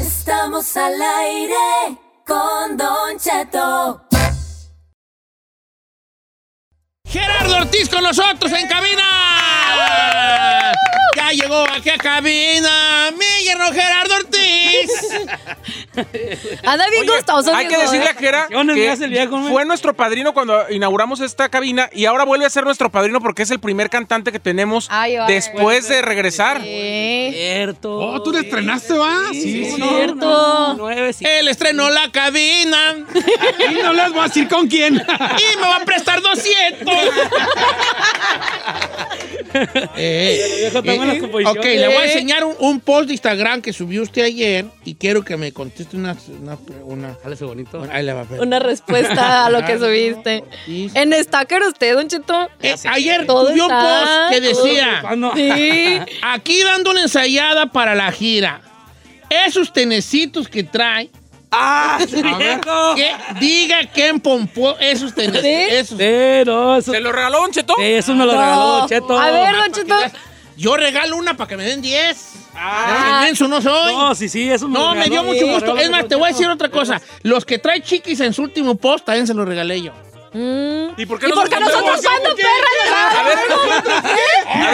[SPEAKER 8] Estamos al aire con Don Cheto.
[SPEAKER 1] Gerardo Ortiz con nosotros en cabina. Ya llegó aquí a cabina mi yerno Gerardo Ortiz.
[SPEAKER 3] Anda bien gustoso.
[SPEAKER 2] Hay que
[SPEAKER 3] viejo,
[SPEAKER 2] decirle
[SPEAKER 3] ¿eh?
[SPEAKER 2] a Jera
[SPEAKER 5] ¿Qué onda, me hace el
[SPEAKER 2] que
[SPEAKER 5] viejo, güey?
[SPEAKER 2] fue nuestro padrino cuando inauguramos esta cabina y ahora vuelve a ser nuestro padrino porque es el primer cantante que tenemos
[SPEAKER 3] Ay, ay,
[SPEAKER 2] después de regresar.
[SPEAKER 3] Sí.
[SPEAKER 5] Cierto.
[SPEAKER 4] Oh, tú le estrenaste, ¿va? Sí.
[SPEAKER 5] no,
[SPEAKER 3] cierto.
[SPEAKER 5] no, nueve, sí.
[SPEAKER 1] Él estrenó la cabina
[SPEAKER 4] *laughs* Y no les voy a decir con quién.
[SPEAKER 1] y me va a prestar 200. Eh,
[SPEAKER 5] Viejo, toma
[SPEAKER 1] eh,
[SPEAKER 5] las composiciones.
[SPEAKER 1] ok, le voy a enseñar un, un post de Instagram que subió usted ayer y quiero que me conteste una... una, una-
[SPEAKER 5] Dale ese bonito.
[SPEAKER 1] bueno, ahí le va a ver.
[SPEAKER 3] Una respuesta a lo que subiste.
[SPEAKER 1] Sí.
[SPEAKER 3] En Stacker usted, Don Cheto.
[SPEAKER 1] Eh, ayer
[SPEAKER 3] Todo
[SPEAKER 1] subió un post
[SPEAKER 3] está-
[SPEAKER 1] que
[SPEAKER 3] todo
[SPEAKER 1] decía... Ah,
[SPEAKER 5] Cuando-
[SPEAKER 3] Sí.
[SPEAKER 1] Aquí dando una ensayada para la gira. Esos tenecitos que trae,
[SPEAKER 5] ¡Ah! ¡Viejo!
[SPEAKER 1] que diga quién pompó esos tenecitos.
[SPEAKER 3] ¿Sí?
[SPEAKER 1] Esos.
[SPEAKER 5] Sí, no, eso,
[SPEAKER 2] ¿Se lo regaló un cheto?
[SPEAKER 5] sí, eso me lo regaló, Cheto.
[SPEAKER 3] A ver, Don Cheto.
[SPEAKER 1] Yo regalo una para que me den 10.
[SPEAKER 3] Ah.
[SPEAKER 1] Inmenso no soy.
[SPEAKER 5] No,
[SPEAKER 1] No,
[SPEAKER 5] sí, sí, eso me lo
[SPEAKER 1] me dio
[SPEAKER 5] regaló.
[SPEAKER 1] mucho gusto.
[SPEAKER 5] Regálame
[SPEAKER 1] Es más,
[SPEAKER 5] dos,
[SPEAKER 1] te voy a
[SPEAKER 5] Cheto.
[SPEAKER 1] decir otra cosa. Los que trae chiquis en su último post también se los regalé yo.
[SPEAKER 3] Mm.
[SPEAKER 2] ¿Y por qué
[SPEAKER 3] ¿Y por qué nosotros cuando perra?
[SPEAKER 5] A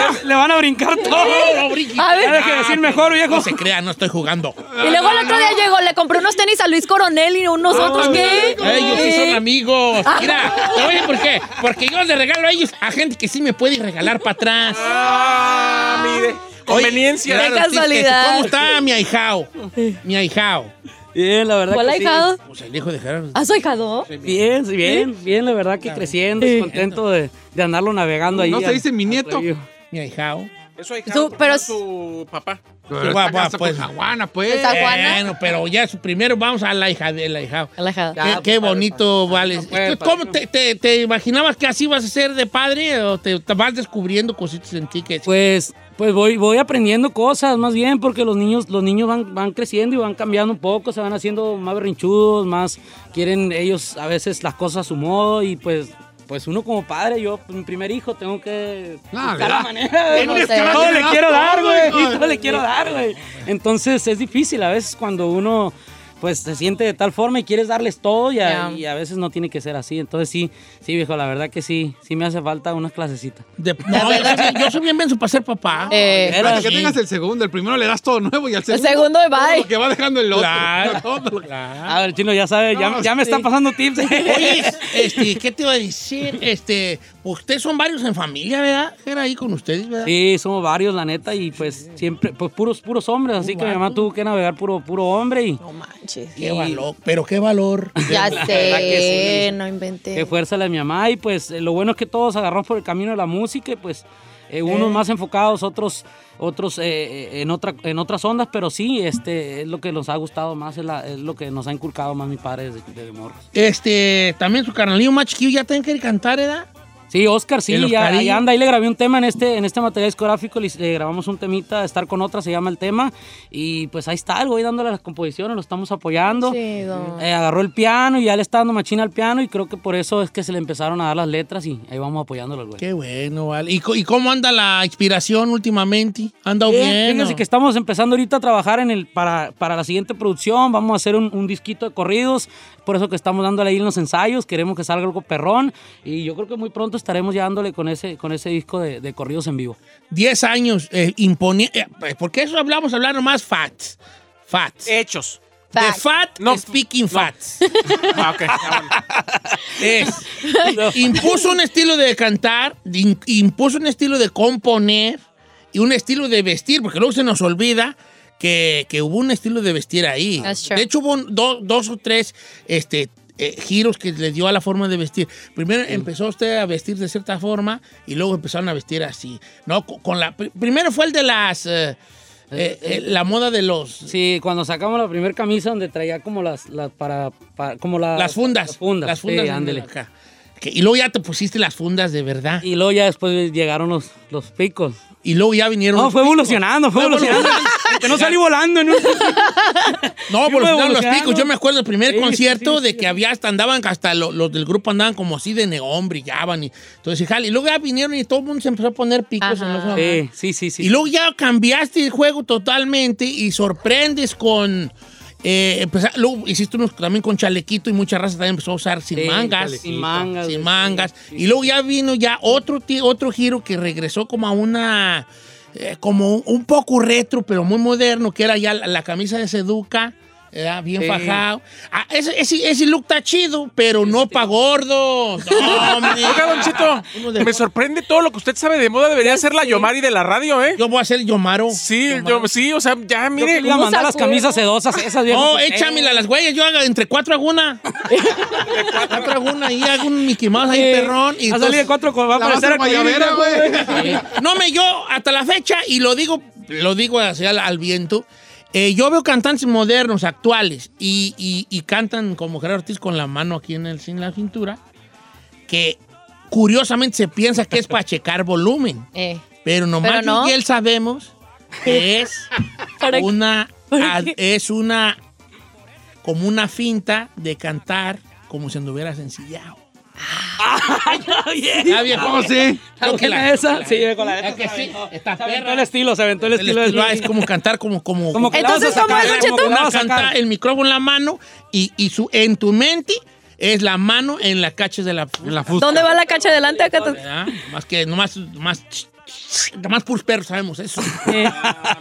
[SPEAKER 3] pues?
[SPEAKER 5] ver, Le van a brincar todo.
[SPEAKER 3] A ver.
[SPEAKER 5] Tiene que decir mejor, viejo.
[SPEAKER 1] Ah, No se crea, no estoy jugando.
[SPEAKER 3] Y luego el otro día llegó, le compré unos tenis a Luis Coronel y unos otros, ¿qué?
[SPEAKER 1] Ellos sí son
[SPEAKER 3] Eh,
[SPEAKER 1] amigos. Mira, te voy a decir por qué. Porque yo les regalo a ellos a gente que sí me puede regalar para atrás.
[SPEAKER 2] Ah, mire. Conveniencia.
[SPEAKER 1] Oye,
[SPEAKER 3] Qué
[SPEAKER 1] Ortiz,
[SPEAKER 3] casualidad.
[SPEAKER 1] ¿Cómo está mi ahijao? Mi ahijao.
[SPEAKER 5] Bien, la verdad
[SPEAKER 3] ¿Cuál
[SPEAKER 5] que
[SPEAKER 3] ha
[SPEAKER 5] sí.
[SPEAKER 3] dejado?
[SPEAKER 1] O sea, el hijo de Gerardo.
[SPEAKER 3] ¿Ah, soy jado?
[SPEAKER 5] Bien, sí, bien, bien, la verdad que creciendo, y contento de, de andarlo navegando ahí.
[SPEAKER 4] No se
[SPEAKER 5] al-
[SPEAKER 4] dice mi
[SPEAKER 5] al
[SPEAKER 4] nieto.
[SPEAKER 5] río.
[SPEAKER 1] Mi ahijao.
[SPEAKER 2] Eso hay
[SPEAKER 3] Tú, pero es-
[SPEAKER 2] su papá.
[SPEAKER 1] Pero guapa,
[SPEAKER 4] Esta casa
[SPEAKER 1] pues.
[SPEAKER 4] con Juana, pues.
[SPEAKER 3] Está- ¿A Juana?
[SPEAKER 1] Bueno, pero ya su primero vamos a la hija del ahijao.
[SPEAKER 3] Alejado.
[SPEAKER 1] Qué,
[SPEAKER 4] pues,
[SPEAKER 1] qué bonito, vale.
[SPEAKER 5] pues,
[SPEAKER 1] ¿Tú ¿Cómo te, te- te imaginabas que así vas a ser de padre o te, te vas descubriendo cositas en ti que
[SPEAKER 5] Pues, pues voy, voy aprendiendo cosas más bien, porque los niños, los niños van, van creciendo y van cambiando un poco, se van haciendo más berrinchudos, más quieren ellos a veces las cosas a su modo y pues, pues uno como padre, yo, pues, mi primer hijo, tengo que
[SPEAKER 4] No,
[SPEAKER 5] buscar la
[SPEAKER 4] Ah, ¿verdad?
[SPEAKER 5] manera. de-
[SPEAKER 3] Tienes que
[SPEAKER 5] *laughs* todo le
[SPEAKER 4] darle
[SPEAKER 5] quiero
[SPEAKER 4] todo,
[SPEAKER 5] dar, güey.
[SPEAKER 4] güey.
[SPEAKER 5] Todo le quiero dar, güey. Entonces es difícil a veces cuando uno pues se siente de tal forma y quieres darles todo y a,
[SPEAKER 7] Ya.
[SPEAKER 5] y a veces no tiene que ser así. Entonces sí, sí, viejo, la verdad que sí, sí me hace falta unas clasecitas.
[SPEAKER 1] De- no, yo, yo soy bien menso para ser papá.
[SPEAKER 7] Eh,
[SPEAKER 5] Era
[SPEAKER 4] Para que
[SPEAKER 1] así.
[SPEAKER 4] tengas el segundo, el primero le das todo nuevo y al
[SPEAKER 7] El
[SPEAKER 4] segundo.
[SPEAKER 7] segundo de
[SPEAKER 4] todo lo
[SPEAKER 7] bye.
[SPEAKER 4] que va dejando el otro.
[SPEAKER 1] Claro.
[SPEAKER 4] Todo lo-
[SPEAKER 5] Ah, A ver, chino, ya sabes, ya,
[SPEAKER 4] No,
[SPEAKER 5] ya me
[SPEAKER 4] sí.
[SPEAKER 5] están pasando
[SPEAKER 4] *laughs*
[SPEAKER 5] tips.
[SPEAKER 1] Oye, este, ¿qué te iba a decir? Este, ustedes son varios en familia, ¿verdad? Era ahí con ustedes, ¿verdad?
[SPEAKER 5] Sí, somos varios, la neta, y pues siempre, pues puros, puros hombres, así que mi mamá tuvo que navegar puro, puro hombre y
[SPEAKER 7] No manches.
[SPEAKER 1] Qué valor, pero qué valor.
[SPEAKER 7] Ya
[SPEAKER 5] verdad que
[SPEAKER 7] sé,
[SPEAKER 5] sí.
[SPEAKER 7] no
[SPEAKER 5] qué
[SPEAKER 7] inventé.
[SPEAKER 5] fuerza la de mi mamá. Y pues eh, lo bueno es que todos agarramos por el camino de la música y pues eh, unos más enfocados, otros, otros eh, eh, en otra, en otras ondas, pero sí, este es lo que nos ha gustado más, es, la- es lo que nos ha inculcado más mi padre desde, desde morros.
[SPEAKER 1] Este, también su carnalillo más chiquillo ya tienen que cantar, ¿verdad?
[SPEAKER 5] Sí, Oscar, sí,
[SPEAKER 1] El
[SPEAKER 5] ya,
[SPEAKER 1] Oscarín.
[SPEAKER 5] ahí anda, ahí le grabé un tema en este, en este material discográfico, le, le grabamos un temita, estar con otra, se llama el tema, y pues ahí está, el güey dándole las composiciones, lo estamos apoyando.
[SPEAKER 7] Chido.
[SPEAKER 5] Eh, agarró el piano y ya le está dando machina al piano y creo que por eso es que se le empezaron a dar las letras y ahí vamos apoyándolo al güey.
[SPEAKER 1] Qué bueno, vale. ¿Y, co- y cómo anda la inspiración últimamente? ¿Anda
[SPEAKER 5] Bien,
[SPEAKER 1] bien?
[SPEAKER 5] fíjense
[SPEAKER 1] o?
[SPEAKER 5] que estamos empezando ahorita a trabajar en el, para, para la siguiente producción, vamos a hacer un, un disquito de corridos, por eso que estamos dándole ahí en los ensayos, queremos que salga algo perrón y yo creo que muy pronto estaremos ya dándole con ese, con ese disco de, de corridos
[SPEAKER 1] *laughs*
[SPEAKER 5] en vivo.
[SPEAKER 1] 10 años eh, imponiendo. porque eso hablamos, hablar nomás facts. Facts.
[SPEAKER 5] Hechos.
[SPEAKER 1] The
[SPEAKER 7] Facts.
[SPEAKER 1] fat speaking facts.
[SPEAKER 4] *laughs* Ah, ok, ya, bueno.
[SPEAKER 1] Es. Impuso un estilo de cantar, in- impuso un estilo de componer y un estilo de vestir, porque luego se nos olvida que, que hubo un estilo de vestir ahí.
[SPEAKER 7] That's true.
[SPEAKER 1] De hecho, hubo un- do- dos o tres este, eh, giros que le dio a la forma de vestir. Primero
[SPEAKER 5] Mm.
[SPEAKER 1] empezó usted a vestir de cierta forma y luego empezaron a vestir así. No, Co- con la, pr- primero fue el de las... eh, eh, eh, la moda de los...
[SPEAKER 5] Sí, cuando sacamos la primera camisa donde traía como las, las para, para- como las,
[SPEAKER 1] Las fundas.
[SPEAKER 5] Las fundas,
[SPEAKER 1] Las
[SPEAKER 5] sí,
[SPEAKER 1] fundas
[SPEAKER 5] ándele.
[SPEAKER 1] acá. Que- y luego ya te pusiste las fundas de verdad.
[SPEAKER 5] Y luego ya después llegaron los, los picos.
[SPEAKER 1] Y luego ya vinieron.
[SPEAKER 5] No,
[SPEAKER 1] los
[SPEAKER 5] fue
[SPEAKER 1] picos.
[SPEAKER 5] evolucionando, fue evolucionando. Que no salí volando
[SPEAKER 1] *laughs*
[SPEAKER 5] en un...
[SPEAKER 1] No,
[SPEAKER 5] Sí, fue
[SPEAKER 1] evolucionaron los
[SPEAKER 5] evolucionando.
[SPEAKER 1] picos. Yo me acuerdo del primer
[SPEAKER 5] Sí,
[SPEAKER 1] concierto
[SPEAKER 5] sí,
[SPEAKER 1] de
[SPEAKER 5] sí.
[SPEAKER 1] que había hasta andaban, hasta lo- los del grupo andaban como así de neón, brillaban. Y, entonces, jale. Y luego ya vinieron y todo el mundo se empezó a poner picos. en los-
[SPEAKER 5] Sí, sí, sí, sí.
[SPEAKER 1] Y luego ya cambiaste el juego totalmente y sorprendes con. eh, empeza- luego hiciste unos también con chalequito y mucha raza también empezó a usar sin
[SPEAKER 5] Sí,
[SPEAKER 1] mangas.
[SPEAKER 5] chalequito. Sin mangas,
[SPEAKER 1] Sin
[SPEAKER 5] sí,
[SPEAKER 1] mangas.
[SPEAKER 5] sí,
[SPEAKER 1] y luego ya vino ya otro, ti- otro giro que regresó como a una. eh, como un, un poco retro, pero muy moderno, que era ya la, la camisa de Seduca. ¿verdad? Bien
[SPEAKER 5] Sí.
[SPEAKER 1] fajado. Ah, ese, ese- ese look está chido, pero no pa' gordo. No, hombre.
[SPEAKER 2] Oiga, Don
[SPEAKER 1] Uno
[SPEAKER 2] Cheto,
[SPEAKER 1] de-
[SPEAKER 2] me sorprende todo lo que usted sabe de moda. Debería ser la Yomari de la radio, ¿eh?
[SPEAKER 1] Yo voy a hacer Yomaro.
[SPEAKER 2] Sí, yo, sí, o sea, ya,
[SPEAKER 5] Yo que
[SPEAKER 2] mire.
[SPEAKER 5] le iba a
[SPEAKER 7] ¿cómo
[SPEAKER 5] mandar las
[SPEAKER 7] sacudo?
[SPEAKER 5] camisas sedosas esas viejas.
[SPEAKER 1] No,
[SPEAKER 5] que tengo.
[SPEAKER 1] échamela a las güeyes. Yo hago entre cuatro hago
[SPEAKER 5] *laughs*
[SPEAKER 1] una. cuatro hago una y hago un Mickey Mouse ahí,
[SPEAKER 5] Sí.
[SPEAKER 1] perrón. Y
[SPEAKER 5] Va Eh, a salir
[SPEAKER 1] entonces-
[SPEAKER 5] de
[SPEAKER 1] eh,
[SPEAKER 5] cuatro, va a
[SPEAKER 4] La vas a
[SPEAKER 5] aparecer
[SPEAKER 4] guayabera,
[SPEAKER 5] arcoíris,
[SPEAKER 4] güey.
[SPEAKER 1] No, me yo hasta la fecha, y lo digo, lo digo hacia al, al viento, eh, yo veo cantantes modernos, actuales, y, y- y cantan como Gerardo Ortiz con la mano aquí en, el, en la cintura, que curiosamente se piensa que es para *laughs* checar volumen.
[SPEAKER 7] Eh.
[SPEAKER 1] Pero nomás
[SPEAKER 7] Pero no.
[SPEAKER 1] Miguel sabemos
[SPEAKER 5] *laughs*
[SPEAKER 1] que es
[SPEAKER 7] ¿Para qué?
[SPEAKER 1] una
[SPEAKER 7] ¿Para
[SPEAKER 1] ad-
[SPEAKER 7] qué?
[SPEAKER 1] es una como una finta de cantar como si anduviera sencillado.
[SPEAKER 5] Oye, *laughs*
[SPEAKER 1] Ya viejo.
[SPEAKER 4] Oh, sí.
[SPEAKER 5] ¿la buena esa? Sí, con la
[SPEAKER 1] Ya que sí, está
[SPEAKER 5] Se aventó
[SPEAKER 1] perra.
[SPEAKER 5] el estilo, se aventó el
[SPEAKER 1] El
[SPEAKER 5] estilo.
[SPEAKER 1] estilo,
[SPEAKER 5] del-
[SPEAKER 1] ah, es como cantar como como,
[SPEAKER 5] Como que la
[SPEAKER 7] Entonces,
[SPEAKER 5] vas a
[SPEAKER 7] ¿cómo es,
[SPEAKER 5] sacar,
[SPEAKER 7] Don
[SPEAKER 5] como que la
[SPEAKER 1] una
[SPEAKER 5] vas a sacar.
[SPEAKER 1] canta el micrófono en la mano y, y su en tu mente es la mano en la cacha de la
[SPEAKER 4] En la fusta.
[SPEAKER 7] ¿Dónde va la cacha adelante acá?
[SPEAKER 1] ¿verdad? Más que nomás más más puros perros sabemos eso.
[SPEAKER 5] Eh,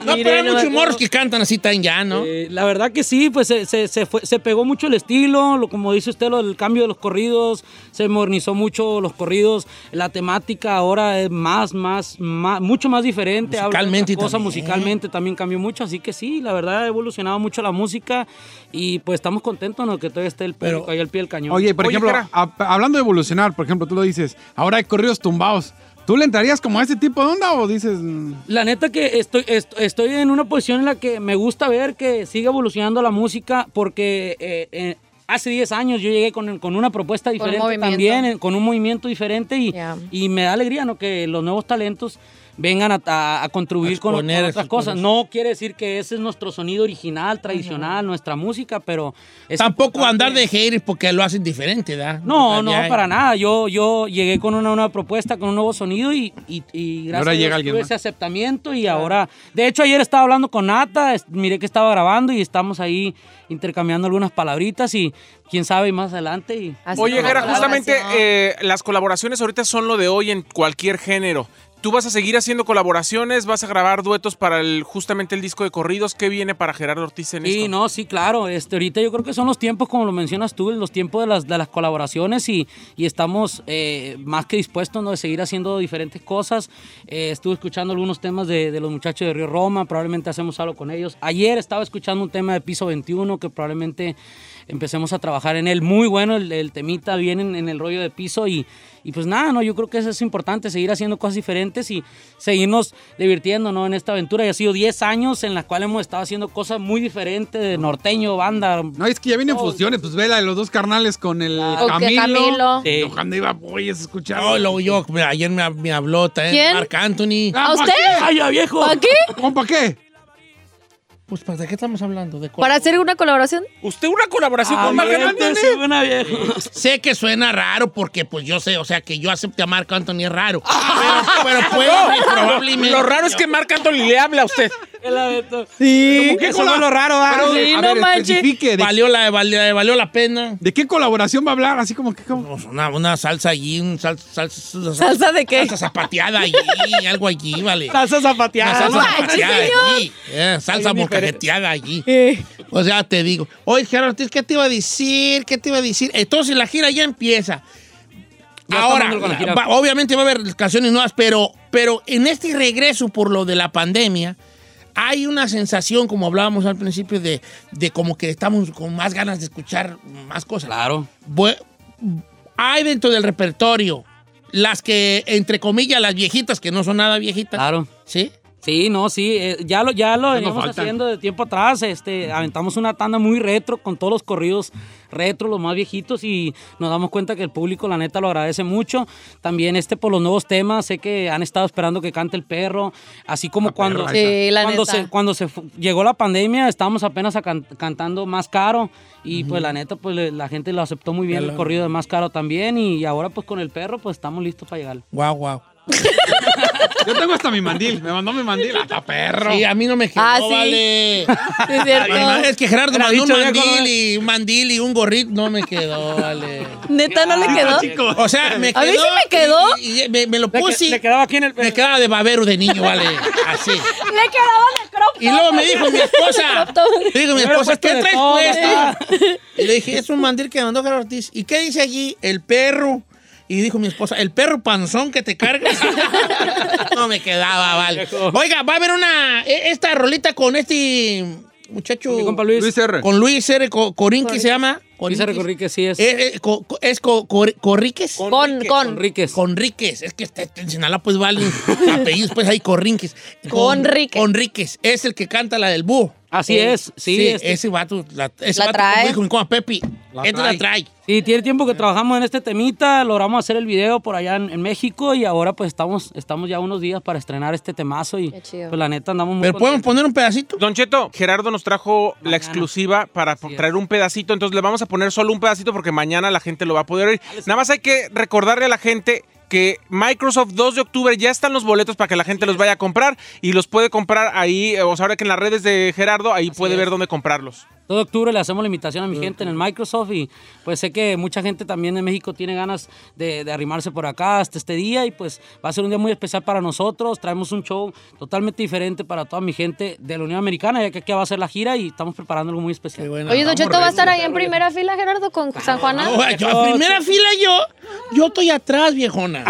[SPEAKER 1] No,
[SPEAKER 5] mire,
[SPEAKER 1] pero hay
[SPEAKER 5] no me
[SPEAKER 1] muchos
[SPEAKER 5] acuerdo.
[SPEAKER 1] morros que cantan así tan ya, ¿no?
[SPEAKER 5] Eh, la verdad que sí, pues se, se- se fue- se pegó mucho el estilo, lo, como dice usted, lo, el cambio de los corridos, se modernizó mucho los corridos, la temática ahora es más, más, más mucho más diferente. habla de
[SPEAKER 1] Musicalmente
[SPEAKER 5] otras cosas,
[SPEAKER 1] también.
[SPEAKER 5] musicalmente también cambió mucho, así que sí, la verdad ha evolucionado mucho la música y pues estamos contentos ¿no? que todavía esté el público
[SPEAKER 1] Pero-
[SPEAKER 5] ahí al pie del cañón.
[SPEAKER 4] Oye, por
[SPEAKER 2] Oye,
[SPEAKER 4] ejemplo,
[SPEAKER 2] espera.
[SPEAKER 4] hab- hablando de evolucionar, por ejemplo, tú lo dices, ahora hay corridos tumbados. ¿Tú le entrarías como a ese tipo de onda o dices.? mm,
[SPEAKER 5] La neta que estoy, est- estoy en una posición en la que me gusta ver que sigue evolucionando la música porque eh, eh, Hace 10 años yo llegué con, con una propuesta
[SPEAKER 3] un
[SPEAKER 5] diferente
[SPEAKER 3] movimiento.
[SPEAKER 5] también, eh, con un movimiento diferente y,
[SPEAKER 3] Ya.
[SPEAKER 5] y me da alegría ¿no? que los nuevos talentos vengan a, a- a contribuir
[SPEAKER 1] A
[SPEAKER 5] con,
[SPEAKER 1] exponer
[SPEAKER 5] con
[SPEAKER 1] esas
[SPEAKER 5] otras cosas.
[SPEAKER 1] cosas.
[SPEAKER 5] No quiere decir que ese es nuestro sonido original, tradicional, nuestra música, pero... es
[SPEAKER 1] Tampoco
[SPEAKER 5] importante.
[SPEAKER 1] andar de haters porque lo hacen diferente, ¿da?
[SPEAKER 5] No,
[SPEAKER 1] O sea,
[SPEAKER 5] no,
[SPEAKER 1] ya-
[SPEAKER 5] para nada. Yo, yo llegué con una nueva propuesta, con un nuevo sonido y, y, y gracias
[SPEAKER 4] ahora
[SPEAKER 5] a Dios
[SPEAKER 4] llega alguien
[SPEAKER 5] tuve
[SPEAKER 4] más.
[SPEAKER 5] ese aceptamiento y ahora... De hecho, ayer estaba hablando con Nata, es- miré que estaba grabando y estamos ahí intercambiando algunas palabritas y quién sabe más adelante. Y...
[SPEAKER 3] Así
[SPEAKER 2] Oye,
[SPEAKER 3] como
[SPEAKER 2] Jera,
[SPEAKER 3] la
[SPEAKER 2] justamente
[SPEAKER 3] colaboración.
[SPEAKER 2] eh, las colaboraciones ahorita son lo de hoy en cualquier género. Tú vas a seguir haciendo colaboraciones, vas a grabar duetos para el, justamente el disco de corridos. ¿Qué viene para Gerardo Ortiz en
[SPEAKER 5] Sí,
[SPEAKER 2] esto?
[SPEAKER 5] no, sí, claro. Este, ahorita yo creo que son los tiempos, como lo mencionas tú, los tiempos de las, de las colaboraciones y, y estamos eh, más que dispuestos ¿no? de seguir haciendo diferentes cosas. Eh, estuve escuchando algunos temas de, de los muchachos de Río Roma, probablemente hacemos algo con ellos. Ayer estaba escuchando un tema de Piso 21 que probablemente empecemos a trabajar en él. Muy bueno el, el temita, bien en, en el rollo de piso y, y pues nada, no, yo creo que eso es importante, seguir haciendo cosas diferentes y seguirnos divirtiendo, ¿no? En esta aventura. Ya ha sido 10 años en las cuales hemos estado haciendo cosas muy diferentes de norteño, banda.
[SPEAKER 4] No, es que ya vienen fusiones, pues vela, los dos carnales con el
[SPEAKER 3] Ok,
[SPEAKER 4] Camilo.
[SPEAKER 3] Camilo.
[SPEAKER 5] Sí.
[SPEAKER 4] Cuando iba, voy a escuchar.
[SPEAKER 1] No, lo yo, mira, ayer me, me habló también
[SPEAKER 3] ¿Quién?
[SPEAKER 1] Marc Anthony.
[SPEAKER 4] Ah,
[SPEAKER 3] ¿A
[SPEAKER 4] ¿pa'
[SPEAKER 3] usted?
[SPEAKER 4] qué?
[SPEAKER 5] ¡Ay, ya viejo!
[SPEAKER 3] ¿Para qué?
[SPEAKER 4] ¿Compa qué?
[SPEAKER 1] Pues, ¿para qué estamos hablando? ¿De cuál?
[SPEAKER 3] ¿Para hacer una colaboración?
[SPEAKER 2] ¿Usted una colaboración
[SPEAKER 5] Ah,
[SPEAKER 2] con Marc
[SPEAKER 5] bien,
[SPEAKER 2] Anthony?
[SPEAKER 5] sí, buena viejo. *laughs*
[SPEAKER 1] Pues, Sé que suena raro porque, pues, yo sé, o sea, que yo acepte a Marc Anthony es raro. Pero, pero puedo, eh, probablemente.
[SPEAKER 2] Lo raro es que Marc Anthony le habla a usted.
[SPEAKER 5] El abeto.
[SPEAKER 4] Sí.
[SPEAKER 5] Eso fue lo raro, ¿ah?
[SPEAKER 4] Pero,
[SPEAKER 3] Sí,
[SPEAKER 4] a
[SPEAKER 3] no
[SPEAKER 4] ver,
[SPEAKER 3] manches.
[SPEAKER 4] especifique, ¿de,
[SPEAKER 1] Valió la, valió, valió la pena.
[SPEAKER 4] de qué colaboración va a hablar? Así como que... como-
[SPEAKER 1] Pues, Una, una salsa allí, un sal- sal- sal-
[SPEAKER 3] ¿Salsa de qué?
[SPEAKER 1] Salsa zapateada allí, algo allí, vale.
[SPEAKER 5] Salsa
[SPEAKER 1] Una
[SPEAKER 5] zapateada.
[SPEAKER 1] salsa
[SPEAKER 3] manches,
[SPEAKER 1] zapateada
[SPEAKER 3] señor.
[SPEAKER 1] allí. eh, salsa
[SPEAKER 5] Alguien diferente.
[SPEAKER 1] molcajeteada allí. O sea, te digo. Oye, Gerardo Ortiz, ¿qué te iba a decir? ¿Qué te iba a decir? Entonces la gira ya empieza.
[SPEAKER 5] Ya
[SPEAKER 1] Ahora,
[SPEAKER 5] estamos con la gira.
[SPEAKER 1] va- obviamente va a haber canciones nuevas, pero, pero en este regreso por lo de la pandemia, hay una sensación, como hablábamos al principio, de, de como que estamos con más ganas de escuchar más cosas.
[SPEAKER 5] Claro.
[SPEAKER 1] Bu- hay dentro del repertorio las que, entre comillas, las viejitas, que no son nada viejitas.
[SPEAKER 5] Claro.
[SPEAKER 1] ¿Sí?
[SPEAKER 5] Sí, no, sí, eh, ya lo, ya lo veníamos
[SPEAKER 4] faltan.
[SPEAKER 5] haciendo de tiempo atrás, este, aventamos una tanda muy retro con todos los corridos retro, los más viejitos y nos damos cuenta que el público la neta lo agradece mucho, también este por los nuevos temas, sé que han estado esperando que cante el perro, así como cuando,
[SPEAKER 4] perra,
[SPEAKER 3] Sí, la
[SPEAKER 5] cuando
[SPEAKER 3] neta.
[SPEAKER 5] se, cuando se fu- llegó la pandemia estábamos apenas a can- cantando más caro y pues la neta pues le- la gente lo aceptó muy bien, el corrido de más caro también y ahora pues con el perro pues estamos listos para llegar.
[SPEAKER 1] Guau, guau.
[SPEAKER 4] Yo tengo hasta mi mandil, me mandó mi mandil. ¡Hasta perro!
[SPEAKER 1] Sí, a mí no me quedó,
[SPEAKER 3] Ah, sí.
[SPEAKER 1] vale.
[SPEAKER 3] *laughs* Sí, es cierto.
[SPEAKER 1] Ah, Es que Gerardo
[SPEAKER 5] Era
[SPEAKER 1] mandó un
[SPEAKER 5] dicho viejo,
[SPEAKER 1] mandil
[SPEAKER 5] ¿no?
[SPEAKER 1] y un mandil y un gorrito. No me quedó, vale.
[SPEAKER 3] ¿Neta no le quedó?
[SPEAKER 1] O sea, me quedó.
[SPEAKER 3] A mí sí me quedó.
[SPEAKER 1] Y, y- y me, me lo
[SPEAKER 5] Le,
[SPEAKER 3] Pues
[SPEAKER 5] que-
[SPEAKER 1] puse.
[SPEAKER 5] le quedaba aquí en el
[SPEAKER 1] me quedaba de babero de niño, vale. Así.
[SPEAKER 3] *laughs* Le quedaba la crop
[SPEAKER 1] Y luego me dijo mi
[SPEAKER 3] *laughs*
[SPEAKER 1] esposa. me dijo mi
[SPEAKER 5] Hubiera
[SPEAKER 1] esposa,
[SPEAKER 5] puesto
[SPEAKER 1] ¿qué
[SPEAKER 5] de
[SPEAKER 1] traes
[SPEAKER 5] todo,
[SPEAKER 1] puesta? Y le dije, es un mandil que mandó Gerardo Ortiz. ¿Y qué dice allí? El perro. Y dijo mi esposa, el perro panzón que te cargas. *laughs* no me quedaba, vale. Oiga, va a haber una. e- Esta rolita con este muchacho.
[SPEAKER 5] Mi compa Luis.
[SPEAKER 4] Luis R.
[SPEAKER 1] Con Luis R. Co- Corinqui se llama.
[SPEAKER 5] Luis R. Conríquez, sí es.
[SPEAKER 1] Eh, eh, co- co- ¿Es co- cor- Corríquez?
[SPEAKER 3] Con, con.
[SPEAKER 5] Conríquez.
[SPEAKER 1] Conríquez, es que está en Sinaloa pues
[SPEAKER 3] *laughs*
[SPEAKER 1] vale apellidos, pues hay Corrínquez.
[SPEAKER 3] Conríquez.
[SPEAKER 1] Conríquez, es el que canta la del búho.
[SPEAKER 5] Así
[SPEAKER 1] Eh,
[SPEAKER 5] es, sí, este-
[SPEAKER 1] Ese vato, la, ese
[SPEAKER 3] La
[SPEAKER 1] vato,
[SPEAKER 3] trae.
[SPEAKER 1] como dijo mi compa Pepi,
[SPEAKER 4] La
[SPEAKER 1] este la trae.
[SPEAKER 5] Sí, tiene tiempo que trabajamos en este temita, logramos hacer el video por allá en, en México y ahora pues estamos, estamos ya unos días para estrenar este temazo y
[SPEAKER 3] Qué chido.
[SPEAKER 5] pues la neta andamos muy
[SPEAKER 1] Pero podemos
[SPEAKER 5] contentos.
[SPEAKER 1] poner un pedacito.
[SPEAKER 2] Don Cheto, Gerardo nos trajo la
[SPEAKER 5] Mañana.
[SPEAKER 2] exclusiva para po- traer un pedacito, entonces le vamos a poner solo un pedacito porque mañana la gente lo va a poder oír. Nada más hay que recordarle a la gente que Microsoft 2 de octubre ya están los boletos para que la gente los vaya a comprar y los puede comprar ahí, eh, o sea, ahora que en las redes de Gerardo, ahí puede ver dónde comprarlos.
[SPEAKER 5] Todo octubre le hacemos la invitación a mi gente en el Microsoft y pues sé que mucha gente también de México tiene ganas de, de arrimarse por acá hasta este día y pues va a ser un día muy especial para nosotros. Traemos un show totalmente diferente para toda mi gente de la Unión Americana ya que aquí va a ser la gira y estamos preparando algo muy especial.
[SPEAKER 1] Qué buena.
[SPEAKER 3] Oye, Don Cheto, ¿va a estar ahí en primera fila, Gerardo, con San Juana?
[SPEAKER 1] No, yo a primera fila yo, yo estoy atrás,
[SPEAKER 3] *laughs*
[SPEAKER 1] viejona.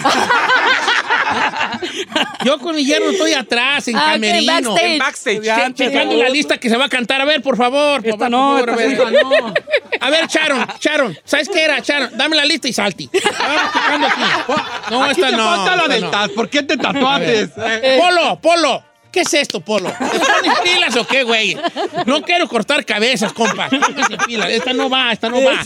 [SPEAKER 1] yo con mi hierro estoy atrás, en
[SPEAKER 3] Ah, ok,
[SPEAKER 1] camerino.
[SPEAKER 3] backstage.
[SPEAKER 2] En backstage.
[SPEAKER 5] Ya,
[SPEAKER 2] Sí.
[SPEAKER 1] Checando la lista que se va a cantar. A ver, por favor.
[SPEAKER 5] Esta
[SPEAKER 1] por
[SPEAKER 5] no,
[SPEAKER 1] favor,
[SPEAKER 5] esta
[SPEAKER 1] a ver.
[SPEAKER 5] sí, no.
[SPEAKER 1] A ver, Charon, Charon, ¿sabes qué era? Charon, dame la lista y salti. Vamos tocando aquí. No,
[SPEAKER 4] Aquí
[SPEAKER 1] esta
[SPEAKER 4] te
[SPEAKER 1] no.
[SPEAKER 4] falta lo
[SPEAKER 1] esta
[SPEAKER 4] del
[SPEAKER 1] no.
[SPEAKER 4] tat- ¿Por qué te tatuaste?
[SPEAKER 1] Polo, Polo. ¿Qué es esto, Polo? ¿Te pones pilas o qué, güey? No quiero cortar cabezas, compa. Póngase pilas. Esta no va, esta no va.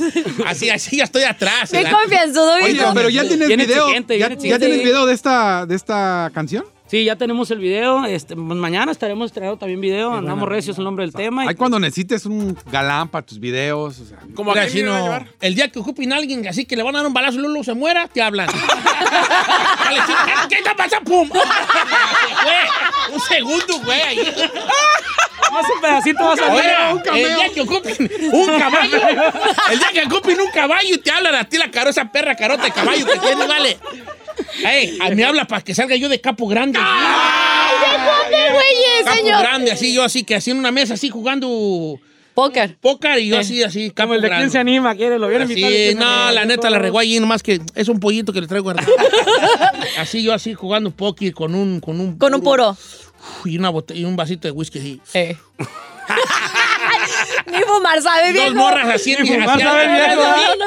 [SPEAKER 1] Así, así ya estoy atrás.
[SPEAKER 3] Qué
[SPEAKER 1] ¿verdad?
[SPEAKER 3] confianzudo,
[SPEAKER 1] Oye,
[SPEAKER 3] viejo.
[SPEAKER 4] pero ya tienes
[SPEAKER 5] Viene
[SPEAKER 4] video.
[SPEAKER 5] exigente,
[SPEAKER 4] ¿Ya,
[SPEAKER 5] viene
[SPEAKER 4] ya
[SPEAKER 5] exigente.
[SPEAKER 4] tienes video de esta, de esta canción?
[SPEAKER 5] Sí, ya tenemos el video. Este, pues, mañana estaremos estrenando también video. Andamos recios el nombre del tema. y-
[SPEAKER 4] Ahí cuando necesites un galán para tus videos. o sea,
[SPEAKER 2] Como
[SPEAKER 1] Mira,
[SPEAKER 2] a
[SPEAKER 1] si
[SPEAKER 2] quién me van a
[SPEAKER 1] no,
[SPEAKER 2] llevar.
[SPEAKER 1] el día que ocupen a alguien así que le van a dar un balazo y Lulu se muera, te hablan. Dale, sí, ¿Qué qué te pasa? ¡Pum! *laughs* Güey, un segundo, güey. ahí.
[SPEAKER 5] Más un pedacito vas a ver.
[SPEAKER 1] Ahora, el día que ocupen un caballo, el día que ocupen un caballo y te hablan a ti la carosa perra carota de caballo que tiene, vale. Ey, a mí habla para que salga yo de capo grande.
[SPEAKER 3] ¡Qué güey,
[SPEAKER 1] capo
[SPEAKER 3] Ah, señor!
[SPEAKER 1] grande, así yo, así que así en una mesa, así jugando
[SPEAKER 3] Póker.
[SPEAKER 1] póker y yo así, así, capo
[SPEAKER 5] Eh, Como el de
[SPEAKER 1] grande.
[SPEAKER 5] quién se anima, quiere, lo viene
[SPEAKER 1] Así, no, la neta la regó allí, nomás que es un pollito que le traigo
[SPEAKER 3] *laughs*
[SPEAKER 1] guardado. así yo así jugando póker con un con un
[SPEAKER 3] Con un puro.
[SPEAKER 1] y una botella, y un vasito de whisky así.
[SPEAKER 3] *laughs* Ni fumar, ¿sabe, viejo?
[SPEAKER 1] Dos morras así en mi-
[SPEAKER 5] fumar,
[SPEAKER 1] así
[SPEAKER 5] ¿sabe,
[SPEAKER 1] atrás de
[SPEAKER 5] viejo?
[SPEAKER 1] mí.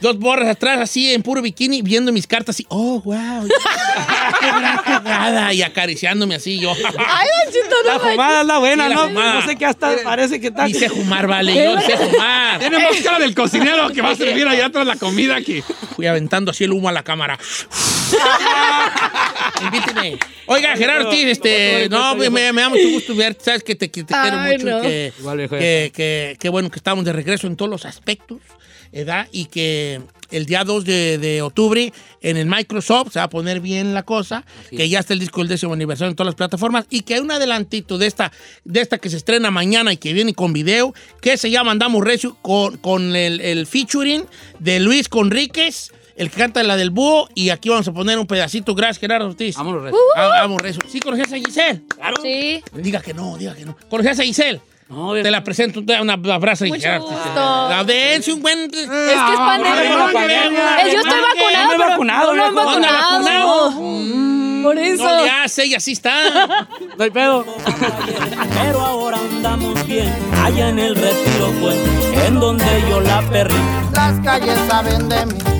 [SPEAKER 1] Dos morras atrás así en puro bikini viendo mis cartas así, oh, wow. *laughs* Qué gran jugada y acariciándome así *laughs* yo.
[SPEAKER 3] Ay, Don Chito, no
[SPEAKER 5] La
[SPEAKER 3] manches.
[SPEAKER 5] fumada es la buena,
[SPEAKER 1] Sí, la
[SPEAKER 5] ¿no?
[SPEAKER 1] fumada.
[SPEAKER 5] No sé qué hasta parece que está.
[SPEAKER 1] Y sé fumar, vale, yo sé fumar.
[SPEAKER 4] Tiene más cara del cocinero que va *laughs* a servir allá atrás la comida que.
[SPEAKER 1] Fui aventando así el humo a la cámara. *laughs* Invíteme. Oiga, Gerardo Ortiz, este, no, me, me da mucho gusto verte, sabes que te, que te quiero
[SPEAKER 3] Ay,
[SPEAKER 1] mucho y
[SPEAKER 3] no.
[SPEAKER 1] que,
[SPEAKER 5] Igual, viejo,
[SPEAKER 1] que, que- que bueno que estamos de regreso en todos los aspectos, ¿verdad? Y que el día 2 de, de octubre en el Microsoft se va a poner bien la cosa, que ya está el disco del décimo aniversario en todas las plataformas y que hay un adelantito de esta, de esta que se estrena mañana y que viene con video, que se llama Andamos Recio, con, con el, el featuring de Luis Conríquez, el que canta la del búho, y aquí vamos a poner un pedacito. Gracias, Gerardo Ortiz.
[SPEAKER 5] Vámonos, Red.
[SPEAKER 1] Ah, Vamos, rezo. ¿Sí conocías a Giselle?
[SPEAKER 3] Ah.
[SPEAKER 1] Claro.
[SPEAKER 3] Sí.
[SPEAKER 1] Diga que no, diga que no. ¿Conocías a Giselle?
[SPEAKER 5] No,
[SPEAKER 1] Te la presento, te da un abrazo y
[SPEAKER 3] Mucho
[SPEAKER 1] Gerardo.
[SPEAKER 3] gusto.
[SPEAKER 1] La dense un buen.
[SPEAKER 3] Es que es
[SPEAKER 1] Ah,
[SPEAKER 3] pandemia.
[SPEAKER 1] pandemia.
[SPEAKER 3] Eh, Yo estoy
[SPEAKER 1] Pandemia.
[SPEAKER 3] vacunado.
[SPEAKER 5] No me he
[SPEAKER 3] pero
[SPEAKER 5] vacunado,
[SPEAKER 3] No me
[SPEAKER 1] Anda,
[SPEAKER 3] han
[SPEAKER 5] viejo.
[SPEAKER 3] vacunado.
[SPEAKER 1] vacunado.
[SPEAKER 3] Por
[SPEAKER 1] No
[SPEAKER 3] eso.
[SPEAKER 1] le hace y así está.
[SPEAKER 5] No hay pedo.
[SPEAKER 7] Pero ahora andamos bien, allá en el retiro fue, en donde yo la perrí.
[SPEAKER 9] Las calles saben de mí.